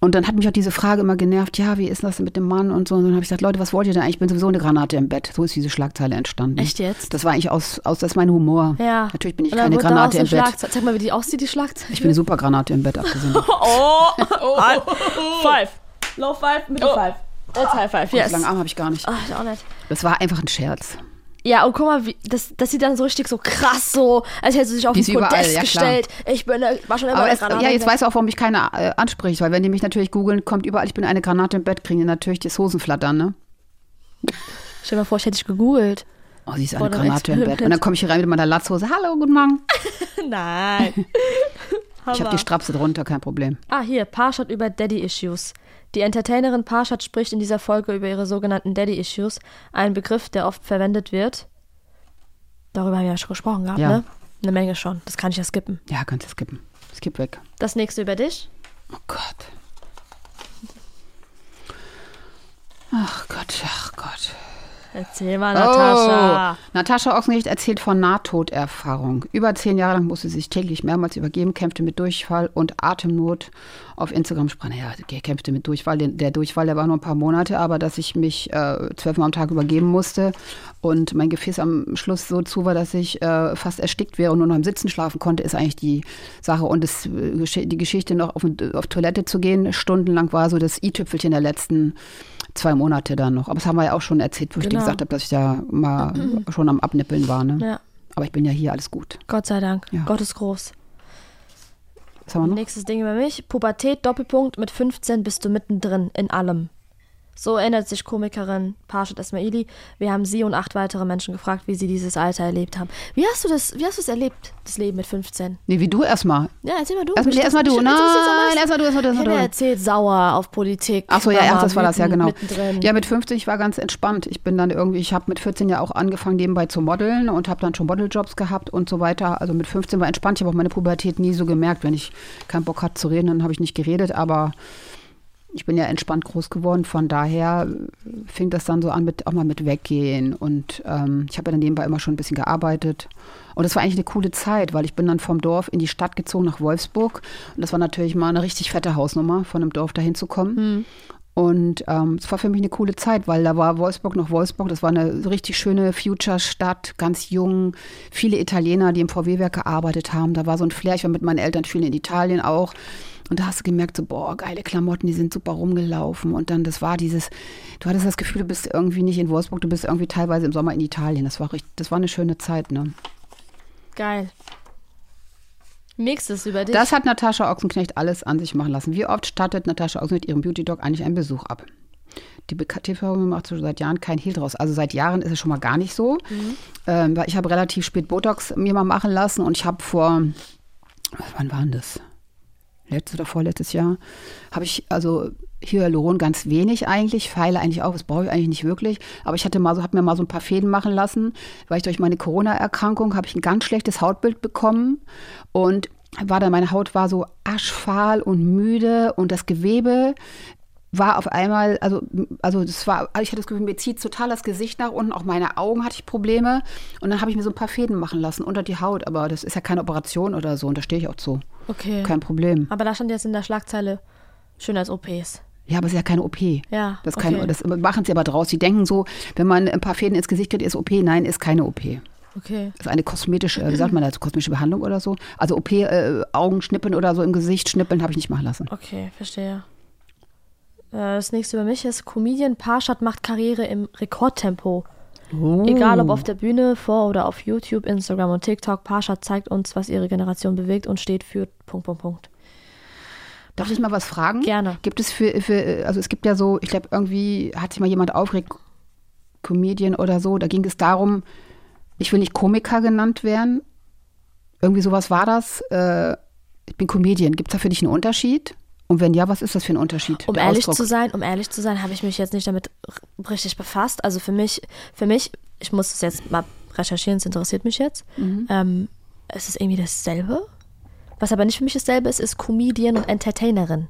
S2: Und dann hat mich auch diese Frage immer genervt, ja, wie ist das denn mit dem Mann und so. Und dann habe ich gesagt, Leute, was wollt ihr denn eigentlich? Ich bin sowieso eine Granate im Bett. So ist diese Schlagzeile entstanden.
S3: Echt jetzt?
S2: Das war eigentlich aus, aus das ist mein Humor.
S3: Ja.
S2: Natürlich bin ich
S3: Und dann
S2: keine
S3: wurde
S2: Granate im
S3: daraus eine
S2: Bett.
S3: Schlagzeile. Sag mal, wie die aussieht, die Schlagzeile.
S2: Ich bin eine super Granate im Bett
S3: *laughs*
S2: abgesehen. davon.
S3: Oh, *laughs* High Five. Low Five, Middle Five. That's High Five, yes.
S2: Langen Arm habe ich gar nicht.
S3: Ah, ich auch nicht.
S2: Das war einfach ein Scherz.
S3: Ja, und guck mal, wie, das, das sieht dann so richtig so krass so, als hättest du dich auf
S2: Die ist
S3: den
S2: überall,
S3: Podest
S2: ja, klar.
S3: gestellt. Ich bin, äh, war schon immer
S2: Aber
S3: eine
S2: es,
S3: Granate.
S2: ja, jetzt weiß auch, warum mich keiner äh, anspricht, weil wenn die mich natürlich googeln, kommt überall, ich bin eine Granate im Bett, kriegen die natürlich das Hosenflattern, ne?
S3: Stell dir mal vor, ich hätte dich gegoogelt.
S2: Oh, sie ist eine
S3: Oder
S2: Granate im
S3: Experiment.
S2: Bett. Und dann komme ich hier rein mit meiner Latzhose. Hallo, guten Morgen.
S3: *laughs* Nein.
S2: Ich habe die Strapse drunter, kein Problem.
S3: Ah, hier, Parshad über Daddy-Issues. Die Entertainerin Parshad spricht in dieser Folge über ihre sogenannten Daddy-Issues, einen Begriff, der oft verwendet wird. Darüber haben wir ja schon gesprochen gehabt,
S2: Ja.
S3: ne? Eine Menge schon. Das kann ich ja skippen.
S2: Ja, kannst du skippen. Skip weg.
S3: Das nächste über dich.
S2: Oh Gott. Ach Gott, ach Gott.
S3: Erzähl mal, Natascha.
S2: Oh. Natascha Ochsenknecht erzählt von Nahtoderfahrung. Über zehn Jahre lang musste sie sich täglich mehrmals übergeben, kämpfte mit Durchfall und Atemnot. Auf Instagram sprach, naja, die kämpfte mit Durchfall. Den- Der Durchfall, der war nur ein paar Monate, aber dass ich mich äh, zwölfmal am Tag übergeben musste und mein Gefäß am Schluss so zu war, dass ich äh, fast erstickt wäre und nur noch im Sitzen schlafen konnte, ist eigentlich die Sache. Und das, äh, Gesch- die Geschichte, noch auf, auf Toilette zu gehen, stundenlang war so das i-Tüpfelchen der letzten zwei Monate dann noch. Aber das haben wir ja auch schon erzählt, wo ich dir
S3: Genau.
S2: gesagt habe, dass ich da
S3: *clears throat*
S2: mal schon am Abnippeln war. Ne?
S3: Ja,
S2: Aber ich bin ja hier, alles gut.
S3: Gott sei Dank.
S2: Ja.
S3: Gott ist groß.
S2: Was haben wir noch?
S3: Nächstes Ding über mich. Pubertät, Doppelpunkt, mit 15 bist du mittendrin in allem. So erinnert sich Komikerin Parshad Esmaili. Wir haben sie und acht weitere Menschen gefragt, wie sie dieses Alter erlebt haben. Wie hast du das, wie hast du es erlebt, das Leben mit 15?
S2: Nee, wie du erstmal.
S3: Ja, erzähl mal du.
S2: Erstmal-
S3: Mich das-
S2: erstmal du.
S3: mich interessiert's am meisten.
S2: Nein, erstmal du, erstmal du,
S3: Ich
S2: erstmal
S3: habe
S2: du.
S3: ja erzählt, sauer auf Politik.
S2: Ach so, ja,
S3: Mama,
S2: ernst, das war das, ja,
S3: wütend
S2: genau.
S3: Mittendrin.
S2: Ja, mit 50 war ganz entspannt. Ich bin dann irgendwie, ich habe mit 14 ja auch angefangen, nebenbei zu modeln und habe dann schon Modeljobs gehabt und so weiter. Also mit 15 war entspannt. Ich habe auch meine Pubertät nie so gemerkt. Wenn ich keinen Bock hatte zu reden, dann habe ich nicht geredet. Aber ich bin ja entspannt groß geworden. Von daher fing das dann so an, mit, auch mal mit Weggehen. Und ähm, ich habe ja dann nebenbei immer schon ein bisschen gearbeitet. Und das war eigentlich eine coole Zeit, weil ich bin dann vom Dorf in die Stadt gezogen, nach Wolfsburg. Und das war natürlich mal eine richtig fette Hausnummer, von einem Dorf dahin zu kommen. Und ähm, es war für mich eine coole Zeit, weil da war Wolfsburg noch Wolfsburg. Das war eine richtig schöne Future-Stadt, ganz jung. Viele Italiener, die im VW-Werk gearbeitet haben. Da war so ein Flair. Ich war mit meinen Eltern viel in Italien auch. Und da hast du gemerkt, so, boah, geile Klamotten, die sind super rumgelaufen. Und dann, das war dieses, du hattest das Gefühl, du bist irgendwie nicht in Wolfsburg, du bist irgendwie teilweise im Sommer in Italien. Das war richtig, das war eine schöne Zeit, ne?
S3: Geil. Nächstes über dich.
S2: Das hat Natascha Ochsenknecht alles an sich machen lassen. Wie oft stattet Natascha Ochsenknecht ihrem Beauty Dog eigentlich einen Besuch ab? Die TV-Firma macht so seit Jahren kein Hehl draus. Also seit Jahren ist es schon mal gar nicht so. Ähm, weil ich habe relativ spät Botox mir mal machen lassen und ich habe vor, wann war denn das? Letztes oder vorletztes Jahr habe ich also Hyaluron ganz wenig eigentlich, feile eigentlich auch, das brauche ich eigentlich nicht wirklich. Aber ich hatte mal so, habe mir mal so ein paar Fäden machen lassen, weil ich durch meine Corona-Erkrankung habe ich ein ganz schlechtes Hautbild bekommen und war dann meine Haut war so aschfahl und müde und das Gewebe war auf einmal, also, also das war, ich hatte das Gefühl, mir zieht total das Gesicht nach unten, auch meine Augen hatte ich Probleme. Und dann habe ich mir so ein paar Fäden machen lassen unter die Haut, aber das ist ja keine Operation oder so und da stehe ich auch zu.
S3: okay.
S2: Kein Problem.
S3: Aber da stand jetzt in der Schlagzeile schön als OPs.
S2: Ja, aber es ist ja keine OP.
S3: Ja,
S2: Das, kann,
S3: okay.
S2: das machen sie aber draus. Sie denken so, wenn man ein paar Fäden ins Gesicht kriegt, ist OP. Nein, ist keine OP.
S3: Okay.
S2: Ist eine kosmetische, äh, wie sagt man dazu, kosmetische Behandlung oder so. Also OP, äh, Augen schnippeln oder so im Gesicht schnippeln, habe ich nicht machen lassen.
S3: Okay, verstehe. Äh, Das nächste über mich ist, Comedian Parshad macht Karriere im Rekordtempo. Egal ob auf der Bühne, vor oder auf YouTube, Instagram und TikTok, Pascha zeigt uns, was ihre Generation bewegt und steht für Punkt, Punkt, Punkt.
S2: Darf ich mal was fragen?
S3: Gerne.
S2: Gibt es für, für also es gibt ja so, ich glaube, irgendwie hat sich mal jemand aufgeregt, Comedian oder so, da ging es darum, ich will nicht Komiker genannt werden. Irgendwie sowas war das. Äh, ich bin Comedian. Gibt es da für dich einen Unterschied? Und wenn ja, was ist das für ein Unterschied?
S3: Um
S2: der
S3: ehrlich
S2: Ausdruck?
S3: zu sein, um ehrlich zu sein, habe ich mich jetzt nicht damit r- richtig befasst. Also für mich, für mich, ich muss das jetzt mal recherchieren, es interessiert mich jetzt. Ähm, es ist irgendwie dasselbe. Was aber nicht für mich dasselbe ist, ist Comedian und Entertainerin.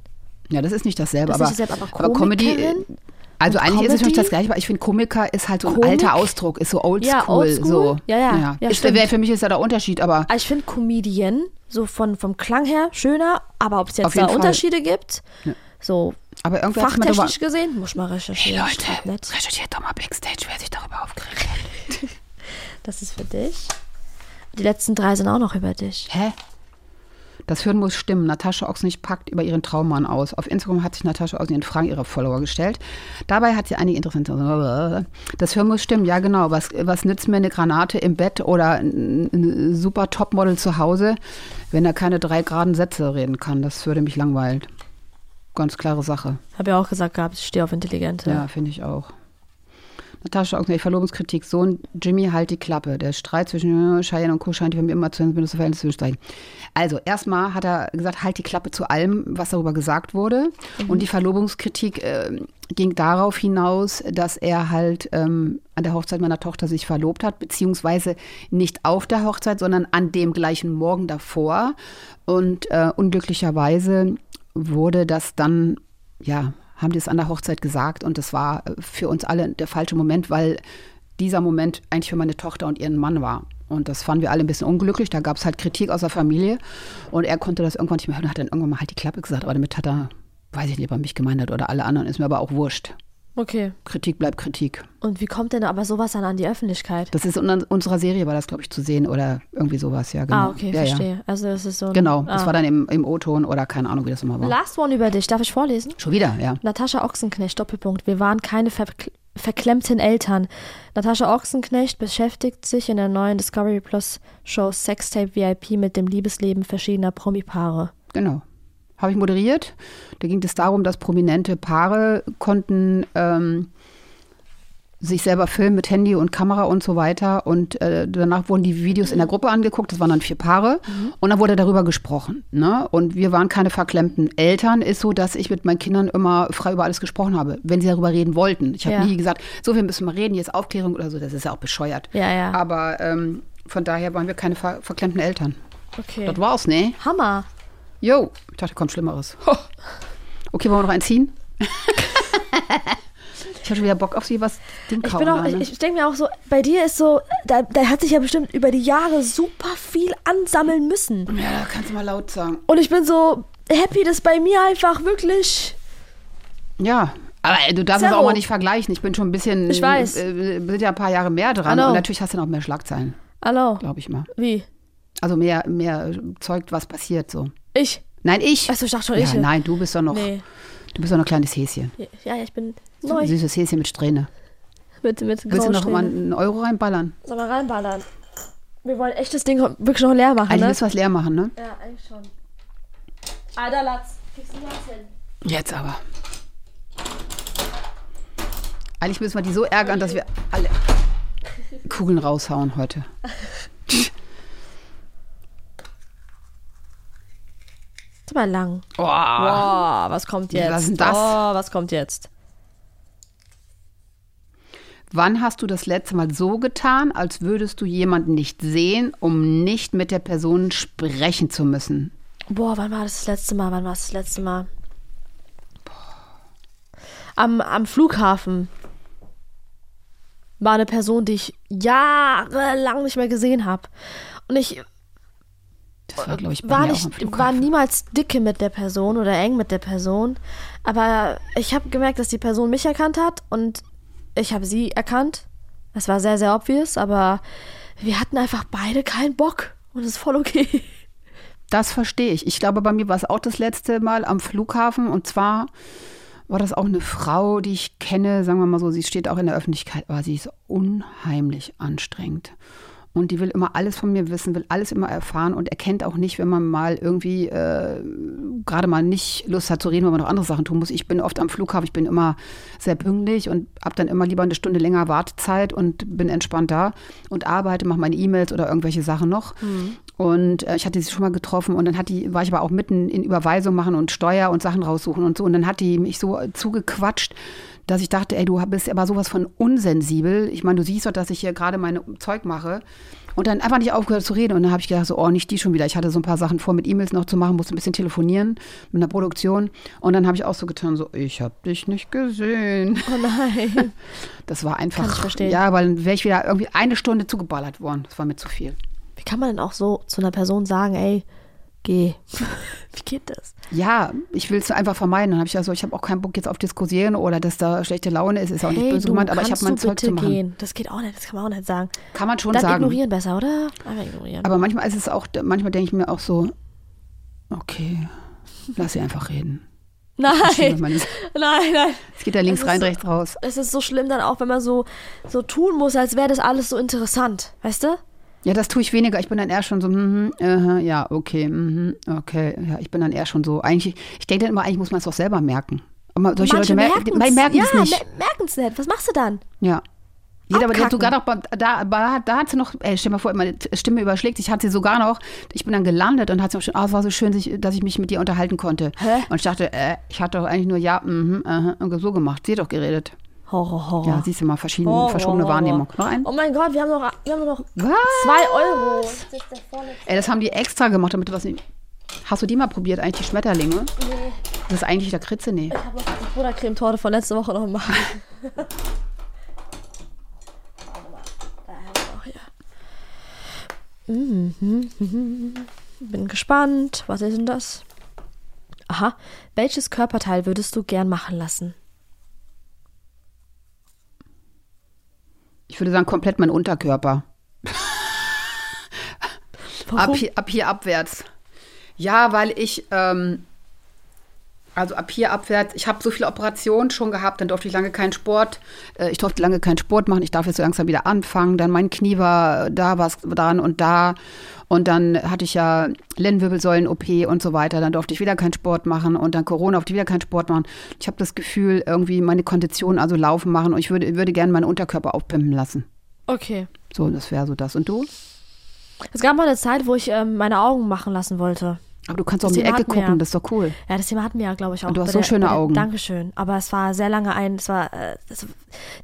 S2: Ja, das ist nicht dasselbe,
S3: Das ist
S2: aber,
S3: nicht dasselbe, aber
S2: Comedy.
S3: Komikerin
S2: Also
S3: und
S2: eigentlich ist es für mich
S3: Comedy?
S2: das gleiche, weil ich finde, Komiker ist halt so ein
S3: Komik?
S2: alter Ausdruck, ist so oldschool.
S3: Ja, oldschool.
S2: So.
S3: Ja, ja. Ja,
S2: Ist-
S3: stimmt.
S2: wär- für mich ist ja der Unterschied, aber
S3: Also ich finde Comedian so von, vom Klang her schöner, aber ob es
S2: Auf
S3: jetzt
S2: jeden
S3: da
S2: Fall.
S3: Unterschiede gibt, so
S2: Aber irgendwer hat's mal drüber-
S3: fachtechnisch gesehen, muss ich mal recherchieren. Steht nicht.
S2: recherchiert doch mal Backstage, wer sich darüber aufgeregt hat.
S3: Das ist für dich. Die letzten drei sind auch noch über dich.
S2: Hä? Das Hören muss stimmen. Natascha Ochsenich packt über ihren Traummann aus. Auf Instagram hat sich Natascha Ochsenich Fragen ihrer Follower gestellt. Dabei hat sie einige interessante. Das Hören muss stimmen, ja genau. Was, was nützt mir eine Granate im Bett oder ein, ein super Topmodel zu Hause, wenn er keine drei geraden Sätze reden kann? Das würde mich langweilen. Ganz klare Sache.
S3: Habe ja auch gesagt gehabt, ich stehe auf Intelligente.
S2: Ja, finde ich auch. Natascha Ochsenich, Verlobungskritik. Sohn Jimmy, halt die Klappe. Der Streit zwischen äh, Cheyenne und Co. scheint für mich immer zu einem Verhältnis zu steigen. Also, erstmal hat er gesagt, halt die Klappe zu allem, was darüber gesagt wurde. Und die Verlobungskritik äh, ging darauf hinaus, dass er halt ähm, an der Hochzeit meiner Tochter sich verlobt hat, beziehungsweise nicht auf der Hochzeit, sondern an dem gleichen Morgen davor. Und äh, unglücklicherweise wurde das dann ja, haben die es an der Hochzeit gesagt und das war äh, für uns alle der falsche Moment, weil dieser Moment eigentlich für meine Tochter und ihren Mann war. Und das fanden wir alle ein bisschen unglücklich. Da gab es halt Kritik aus der Familie und er konnte das irgendwann nicht mehr hören, hat dann irgendwann mal halt die Klappe gesagt. Aber damit hat er, weiß ich nicht, ob er mich gemeint hat oder alle anderen, ist mir aber auch wurscht.
S3: Okay.
S2: Kritik bleibt Kritik.
S3: Und wie kommt denn aber sowas dann an die Öffentlichkeit?
S2: Das ist in un- unserer Serie, war das, glaube ich, zu sehen oder irgendwie sowas, ja, genau.
S3: Ah, okay,
S2: ja, Ja.
S3: verstehe. Also das ist so ein,
S2: Genau,
S3: ah.
S2: das war dann im, im O-Ton oder keine Ahnung, wie das immer war.
S3: Last one über dich. Darf ich vorlesen?
S2: Schon wieder, ja.
S3: Natascha Ochsenknecht, Doppelpunkt. Wir waren keine verk verklemmten Eltern. Natascha Ochsenknecht beschäftigt sich in der neuen Discovery Plus Show Sextape VIP mit dem Liebesleben verschiedener Promi-Paare.
S2: Genau. Habe ich moderiert. Da ging es darum, dass prominente Paare konnten ähm, sich selber filmen mit Handy und Kamera und so weiter. Und äh, danach wurden die Videos in der Gruppe angeguckt. Das waren dann vier Paare.
S3: Mhm.
S2: Und dann wurde darüber gesprochen. Ne? Und wir waren keine verklemmten Eltern. Ist so, dass ich mit meinen Kindern immer frei über alles gesprochen habe, wenn sie darüber reden wollten. Ich habe
S3: Ja.
S2: nie gesagt, so, wir müssen mal reden, jetzt Aufklärung oder so. Das ist ja auch bescheuert.
S3: Ja, ja.
S2: Aber ähm, von daher waren wir keine ver verklemmten Eltern.
S3: Okay.
S2: Das war's, ne?
S3: Hammer.
S2: Jo, ich dachte, kommt Schlimmeres. Ho. Okay, wollen wir noch einen
S3: *laughs*
S2: ziehen? ich habe schon wieder Bock auf sie, was den
S3: Ich,
S2: Kauen
S3: bin auch,
S2: da,
S3: ich,
S2: ne?
S3: ich denke mir auch so, bei dir ist so, da, da hat sich ja bestimmt über die Jahre super viel ansammeln müssen.
S2: Ja, kannst du mal laut sagen.
S3: Und ich bin so happy, dass bei mir einfach wirklich
S2: Ja, aber äh, du darfst es
S3: Zero.
S2: auch mal nicht vergleichen. Ich bin schon ein bisschen.
S3: Ich weiß.
S2: Äh, sind ja ein paar Jahre mehr dran.
S3: Hallo.
S2: Und natürlich hast du dann auch mehr Schlagzeilen,
S3: Hallo.
S2: glaube ich mal.
S3: Wie?
S2: Also mehr, mehr Zeug, was passiert so.
S3: Ich?
S2: Nein, ich.
S3: Achso, ich dachte schon,
S2: ja,
S3: ich.
S2: Nein, du bist doch noch.
S3: Nee.
S2: Du bist doch noch ein kleines Häschen.
S3: Ja, ja, ich bin
S2: So ein
S3: neu.
S2: Süßes Häschen mit Strähne.
S3: Mit, mit
S2: Willst du noch mal
S3: Graustäben.
S2: einen Euro reinballern?
S3: Soll mal reinballern. Wir wollen echt das Ding wirklich noch leer machen,
S2: Eigentlich
S3: ne?
S2: müssen wir was leer machen, ne?
S3: Ja, eigentlich schon. Alter Latz, kriegst du das hin?
S2: Jetzt aber. Eigentlich müssen wir die so ärgern, dass wir alle Kugeln raushauen heute.
S3: Ist mal lang.
S2: Oh,
S3: Boah, was kommt jetzt?
S2: Was ist denn das?
S3: Oh, was kommt jetzt?
S2: Wann hast du das letzte Mal so getan, als würdest du jemanden nicht sehen, um nicht mit der Person sprechen zu müssen?
S3: Boah, wann war das das letzte Mal? Wann war es das letzte Mal? Am, am Flughafen war eine Person, die ich jahrelang nicht mehr gesehen habe. Und ich
S2: Das war, glaube ich, bei
S3: war,
S2: mir auch am
S3: nicht,
S2: Flughafen.
S3: war niemals dicke mit der Person oder eng mit der Person. Aber ich habe gemerkt, dass die Person mich erkannt hat und ich habe sie erkannt. Das war sehr, sehr obvious, aber wir hatten einfach beide keinen Bock. Und das ist voll okay.
S2: Das verstehe ich. Ich glaube, bei mir war es auch das letzte Mal am Flughafen und zwar war das auch eine Frau, die ich kenne, sagen wir mal so, sie steht auch in der Öffentlichkeit, aber sie ist unheimlich anstrengend. Und die will immer alles von mir wissen, will alles immer erfahren und erkennt auch nicht, wenn man mal irgendwie äh, gerade mal nicht Lust hat zu reden, weil man noch andere Sachen tun muss. Ich bin oft am Flughafen, ich bin immer sehr pünktlich und habe dann immer lieber eine Stunde länger Wartezeit und bin entspannt da und arbeite, mache meine E-Mails oder irgendwelche Sachen noch. Und äh, ich hatte sie schon mal getroffen und dann hat die, war ich aber auch mitten in Überweisung machen und Steuer und Sachen raussuchen und so. Und dann hat die mich so zugequatscht dass ich dachte, ey, du bist aber sowas von unsensibel. Ich meine, du siehst doch, dass ich hier gerade mein Zeug mache. Und dann einfach nicht aufgehört zu reden. Und dann habe ich gedacht, so, oh, nicht die schon wieder. Ich hatte so ein paar Sachen vor, mit E-Mails noch zu machen, musste ein bisschen telefonieren mit einer Produktion. Und dann habe ich auch so getan, so, ich habe dich nicht gesehen.
S3: Oh nein.
S2: Das war einfach.
S3: Kann ich verstehen.
S2: Ja, weil dann wäre ich wieder irgendwie eine Stunde zugeballert worden. Das war mir zu viel.
S3: *laughs* Wie kann man denn auch so zu einer Person sagen, ey, geh? *laughs* Wie geht das?
S2: Ja, ich will es einfach vermeiden. Dann habe ich ja so, ich habe auch keinen Bock jetzt auf Diskusieren oder dass da schlechte Laune ist. Ist auch nicht
S3: Hey,
S2: böse
S3: du,
S2: gemeint, aber ich habe
S3: kannst
S2: mein
S3: du
S2: Zeug
S3: bitte
S2: zu machen.
S3: gehen? Das geht auch nicht, das kann man auch nicht sagen.
S2: Kann man schon
S3: Dann
S2: sagen.
S3: ignorieren besser, oder? Einfach ignorieren.
S2: Aber manchmal ist es auch, manchmal denke ich mir auch so, okay, lass sie einfach reden. Ich schiebe
S3: nein,
S2: meine-
S3: nein, nein.
S2: Es geht ja links
S3: Es ist
S2: rein,
S3: so-
S2: rechts raus.
S3: Es ist so schlimm dann auch, wenn man so, so tun muss, als wäre das alles so interessant. Weißt du?
S2: Ja, das tue ich weniger. Ich bin dann eher schon so, mhm, aha, ja, okay, mhm, okay. Ja, ich bin dann eher schon so. Eigentlich, ich denke dann immer, eigentlich muss man es doch selber merken. Aber solche Leute
S3: Manche
S2: mer
S3: merken's.
S2: die- merken
S3: ja,
S2: es nicht.
S3: mer- merken's nicht. Was machst du dann?
S2: Ja. Jeder, aber der hat sogar
S3: Abkacken.
S2: noch, beim- da, da, da hat sie noch, ey, stell mal vor, meine T- Stimme überschlägt sich, hat sie sogar noch, ich bin dann gelandet und hat sie auch schon, ah, es war so schön, sich, dass ich mich mit dir unterhalten konnte.
S3: Hä?
S2: Und ich dachte, äh, ich hatte doch eigentlich nur ja, mhm, aha, und so gemacht, sie hat doch geredet.
S3: Horror, Horror.
S2: Ja, siehst du mal, verschiedene,
S3: Horror,
S2: verschobene
S3: Horror.
S2: Wahrnehmung. Noch ein?
S3: Oh mein Gott, wir haben noch, wir haben noch
S2: Was?
S3: zwei Euro.
S2: Ey, das haben die extra gemacht, damit du was nicht... Hast du die mal probiert, eigentlich die Schmetterlinge? Nee. Das ist eigentlich der Kritze, nee.
S3: Ich habe noch die Brudercremetorte von letzter Woche noch im Magen. Warte mal, da haben wir noch hier. Mhm, *laughs* mhm, mhm. Bin gespannt. Was ist denn das? Aha. Welches Körperteil würdest du gern machen lassen?
S2: Ich würde sagen, komplett mein Unterkörper. Ab
S3: Warum?
S2: hier, ab hier abwärts. Ja, weil ich, ähm, also ab hier abwärts, ich habe so viele Operationen schon gehabt, dann durfte ich lange keinen Sport, äh, ich durfte lange keinen Sport machen, ich darf jetzt so langsam wieder anfangen, dann mein Knie war äh, da, was dran und da und dann hatte ich ja Lendenwirbelsäulen-OP und so weiter, dann durfte ich wieder keinen Sport machen und dann Corona durfte ich wieder keinen Sport machen. Ich habe das Gefühl, irgendwie meine Kondition also laufen machen und ich würde, würde gerne meinen Unterkörper aufpimpen lassen.
S3: Okay.
S2: So, das wäre so das. Und du?
S3: Es gab mal eine Zeit, wo ich ähm, meine Augen machen lassen wollte.
S2: Aber du kannst auch um die
S3: Das Thema
S2: Ecke
S3: hatten wir
S2: gucken,
S3: ja.
S2: das ist doch cool.
S3: Ja, das Thema hatten wir ja, glaube ich, auch.
S2: Und du hast
S3: bei
S2: so
S3: der-
S2: schöne
S3: bei der-
S2: Augen.
S3: Dankeschön. Aber es war sehr lange ein, es war äh, das,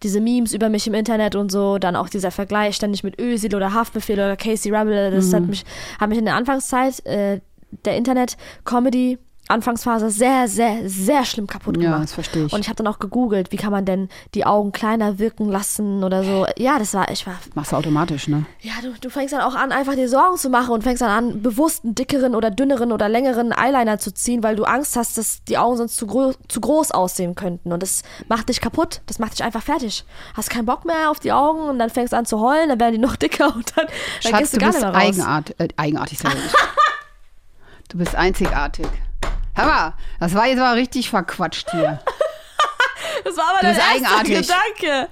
S3: diese Memes über mich im Internet und so, dann auch dieser Vergleich ständig mit Özil oder Haftbefehl oder Casey Rebel. äh, Das
S2: Mhm.
S3: hat, mich, hat mich in der Anfangszeit äh, der Internet-Comedy. Anfangsphase sehr, sehr, sehr schlimm kaputt
S2: Ja,
S3: gemacht.
S2: das verstehe ich.
S3: Und ich habe dann auch gegoogelt, wie kann man denn die Augen kleiner wirken lassen oder so. Ja, das war, ich war
S2: Machst du automatisch, ne?
S3: ja, du, du fängst dann auch an, einfach dir Sorgen zu machen und fängst dann an, bewusst einen dickeren oder dünneren oder längeren Eyeliner zu ziehen, weil du Angst hast, dass die Augen sonst zu, gro zu groß aussehen könnten. Und das macht dich kaputt, das macht dich einfach fertig. Hast keinen Bock mehr auf die Augen und dann fängst du an zu heulen, dann werden die noch *laughs* dicker und dann, dann
S2: Schatz,
S3: gehst du
S2: du
S3: gar
S2: bist
S3: nicht mehr raus.
S2: eigenart, äh, eigenartig. Sag ich. du bist einzigartig. Hör mal, das war jetzt aber richtig verquatscht hier.
S3: *laughs* Das war aber
S2: Du
S3: der
S2: bist
S3: erste
S2: eigenartig.
S3: Gedanke.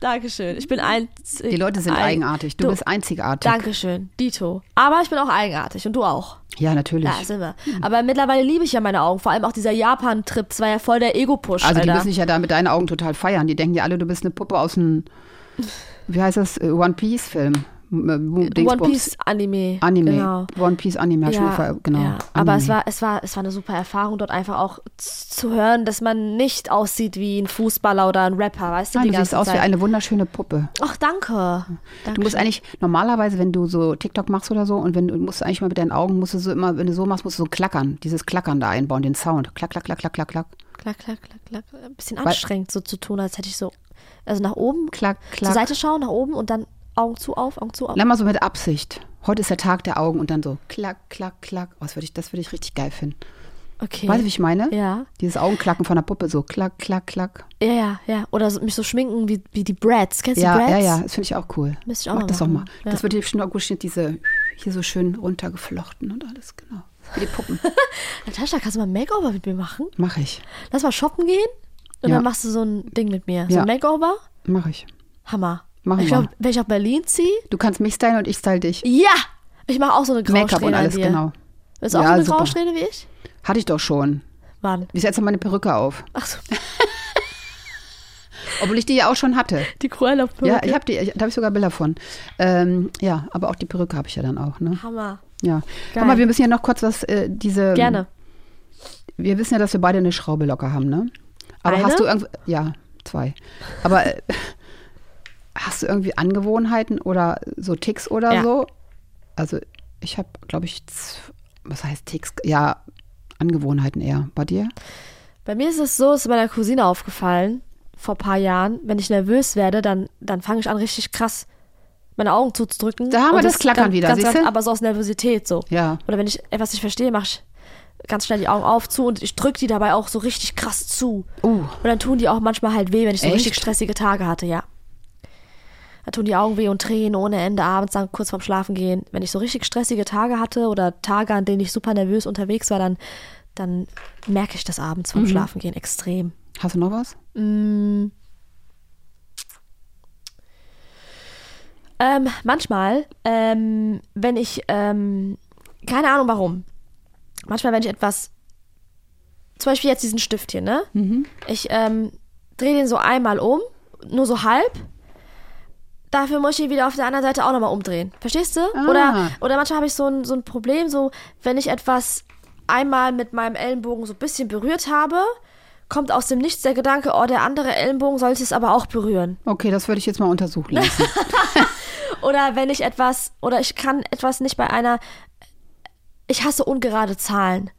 S3: Dankeschön. Ich bin einzig.
S2: Die Leute sind
S3: ein-
S2: eigenartig. Du, bist einzigartig.
S3: Dankeschön, Dito. Aber ich bin auch eigenartig und du auch.
S2: Ja, natürlich.
S3: Ja, also, sind wir.
S2: Hm.
S3: Aber mittlerweile liebe ich ja meine Augen. Vor allem auch dieser Japan-Trip. Das war ja voll der Ego-Push.
S2: also die
S3: Alter.
S2: müssen dich ja da mit deinen Augen total feiern. Die denken ja alle, du bist eine Puppe aus einem, wie heißt das, äh, One Piece Film. M- äh, Dingsbums.
S3: One Piece Anime.
S2: Anime.
S3: Genau.
S2: One Piece Anime, hab ich schon
S3: Ja,
S2: ver- genau.
S3: ja. Aber
S2: Anime.
S3: es war, es, war, es war eine super Erfahrung, dort einfach auch z- zu hören, dass man nicht aussieht wie ein Fußballer oder ein Rapper, weißt du?
S2: Nein,
S3: die
S2: du siehst
S3: ganze
S2: aus wie
S3: Zeit.
S2: eine wunderschöne Puppe.
S3: Ach, danke. danke.
S2: Du musst eigentlich normalerweise, wenn du so TikTok machst oder so, und wenn du musst eigentlich mal mit deinen Augen, musst du so immer, wenn du so machst, musst du so klackern, dieses Klackern da einbauen, den Sound. Klack, klack, klack, klack, klack, klack.
S3: Klack, klack, klack, klack. Ein bisschen anstrengend, so zu tun, als hätte ich so. Also nach oben,
S2: Klack, klack.
S3: zur Seite schauen, nach oben und dann Augen zu auf, Augen zu auf.
S2: Lass mal so mit Absicht. Heute ist der Tag der Augen und dann so klack, klack, klack. Oh, das würde ich, das würde ich richtig geil finden.
S3: Okay.
S2: Weißt du, wie ich meine?
S3: Ja.
S2: Dieses Augenklacken von der Puppe, so klack, klack, klack.
S3: Ja, ja, ja. Oder so, mich so schminken wie, wie die Brads. Kennst
S2: Ja,
S3: du die
S2: ja,
S3: Brads?
S2: ja, das finde ich auch cool.
S3: Müsste ich auch
S2: Mach
S3: mal
S2: das
S3: machen.
S2: auch mal.
S3: Ja.
S2: Das wird dir bestimmt auch gut stehen, diese hier so schön runtergeflochten und alles,
S3: *laughs*
S2: genau. Wie die Puppen.
S3: Natascha, kannst du mal ein Makeover mit mir machen?
S2: Mach ich.
S3: Lass mal shoppen gehen Und
S2: Ja.
S3: dann machst du so ein Ding mit mir. So
S2: Ja.
S3: ein Makeover?
S2: Mach ich.
S3: Hammer.
S2: Machen
S3: ich
S2: wir.
S3: glaube, wenn ich nach Berlin ziehe,
S2: Du kannst mich stylen und ich style dich.
S3: ja! Ich mache auch so eine Grauschräne
S2: Make-up und alles,
S3: an dir.
S2: genau.
S3: Willst du auch
S2: Ja,
S3: so eine
S2: super.
S3: Grauschräne wie ich?
S2: Hatte ich doch schon.
S3: Wann?
S2: Ich setze meine Perücke auf.
S3: Ach so, *laughs*
S2: Obwohl ich die ja auch schon
S3: *laughs*
S2: hatte.
S3: die Cruella
S2: Ja, ich habe die, ich, da habe ich sogar Bilder von. Ähm, ja, aber auch die Perücke habe ich ja dann auch, ne?
S3: Hammer.
S2: Ja.
S3: Geil.
S2: Guck mal, wir müssen ja noch kurz was, äh, diese.
S3: Gerne.
S2: Wir wissen ja, dass wir beide eine Schraube locker haben, ne? Aber
S3: Eine?
S2: hast du irgendwie. Ja, zwei. Aber äh, hast du irgendwie Angewohnheiten oder so Ticks oder
S3: Ja.
S2: so? Also, ich habe, glaube ich, z- was heißt Ticks? Ja, Angewohnheiten eher. Bei dir?
S3: Bei mir ist es so, es ist meiner Cousine aufgefallen, vor ein paar Jahren, wenn ich nervös werde, dann, dann fange ich an, richtig krass meine Augen zuzudrücken.
S2: Da haben wir
S3: Und
S2: das Klackern
S3: ganz,
S2: wieder,
S3: ganz,
S2: siehst
S3: ganz,
S2: du?
S3: Aber so aus Nervosität so.
S2: Ja.
S3: Oder wenn ich etwas nicht verstehe, mache ich ganz schnell die Augen auf, zu und ich drücke die dabei auch so richtig krass zu.
S2: Uh.
S3: Und dann tun die auch manchmal halt weh, wenn ich so
S2: Echt?
S3: richtig stressige Tage hatte, ja. Da tun die Augen weh und Tränen ohne Ende abends dann kurz vorm Schlafen gehen. Wenn ich so richtig stressige Tage hatte oder Tage, an denen ich super nervös unterwegs war, dann, dann merke ich das abends vorm Schlafen gehen extrem.
S2: Hast du noch was?
S3: Ähm, manchmal, ähm, wenn ich, ähm, keine Ahnung warum, manchmal, wenn ich etwas, zum Beispiel jetzt diesen Stift hier, ne? Ich ähm, drehe den so einmal um, nur so halb. Dafür muss ich ihn wieder auf der anderen Seite auch nochmal umdrehen. Verstehst du?
S2: Ah.
S3: Oder, oder manchmal habe ich so ein, so ein Problem, so wenn ich etwas einmal mit meinem Ellenbogen so ein bisschen berührt habe, kommt aus dem Nichts der Gedanke, oh, der andere Ellenbogen sollte es aber auch berühren.
S2: Okay, das würde ich jetzt mal untersuchen
S3: *laughs*
S2: lassen.
S3: Oder wenn ich etwas, oder ich kann etwas nicht bei einer, ich hasse ungerade Zahlen.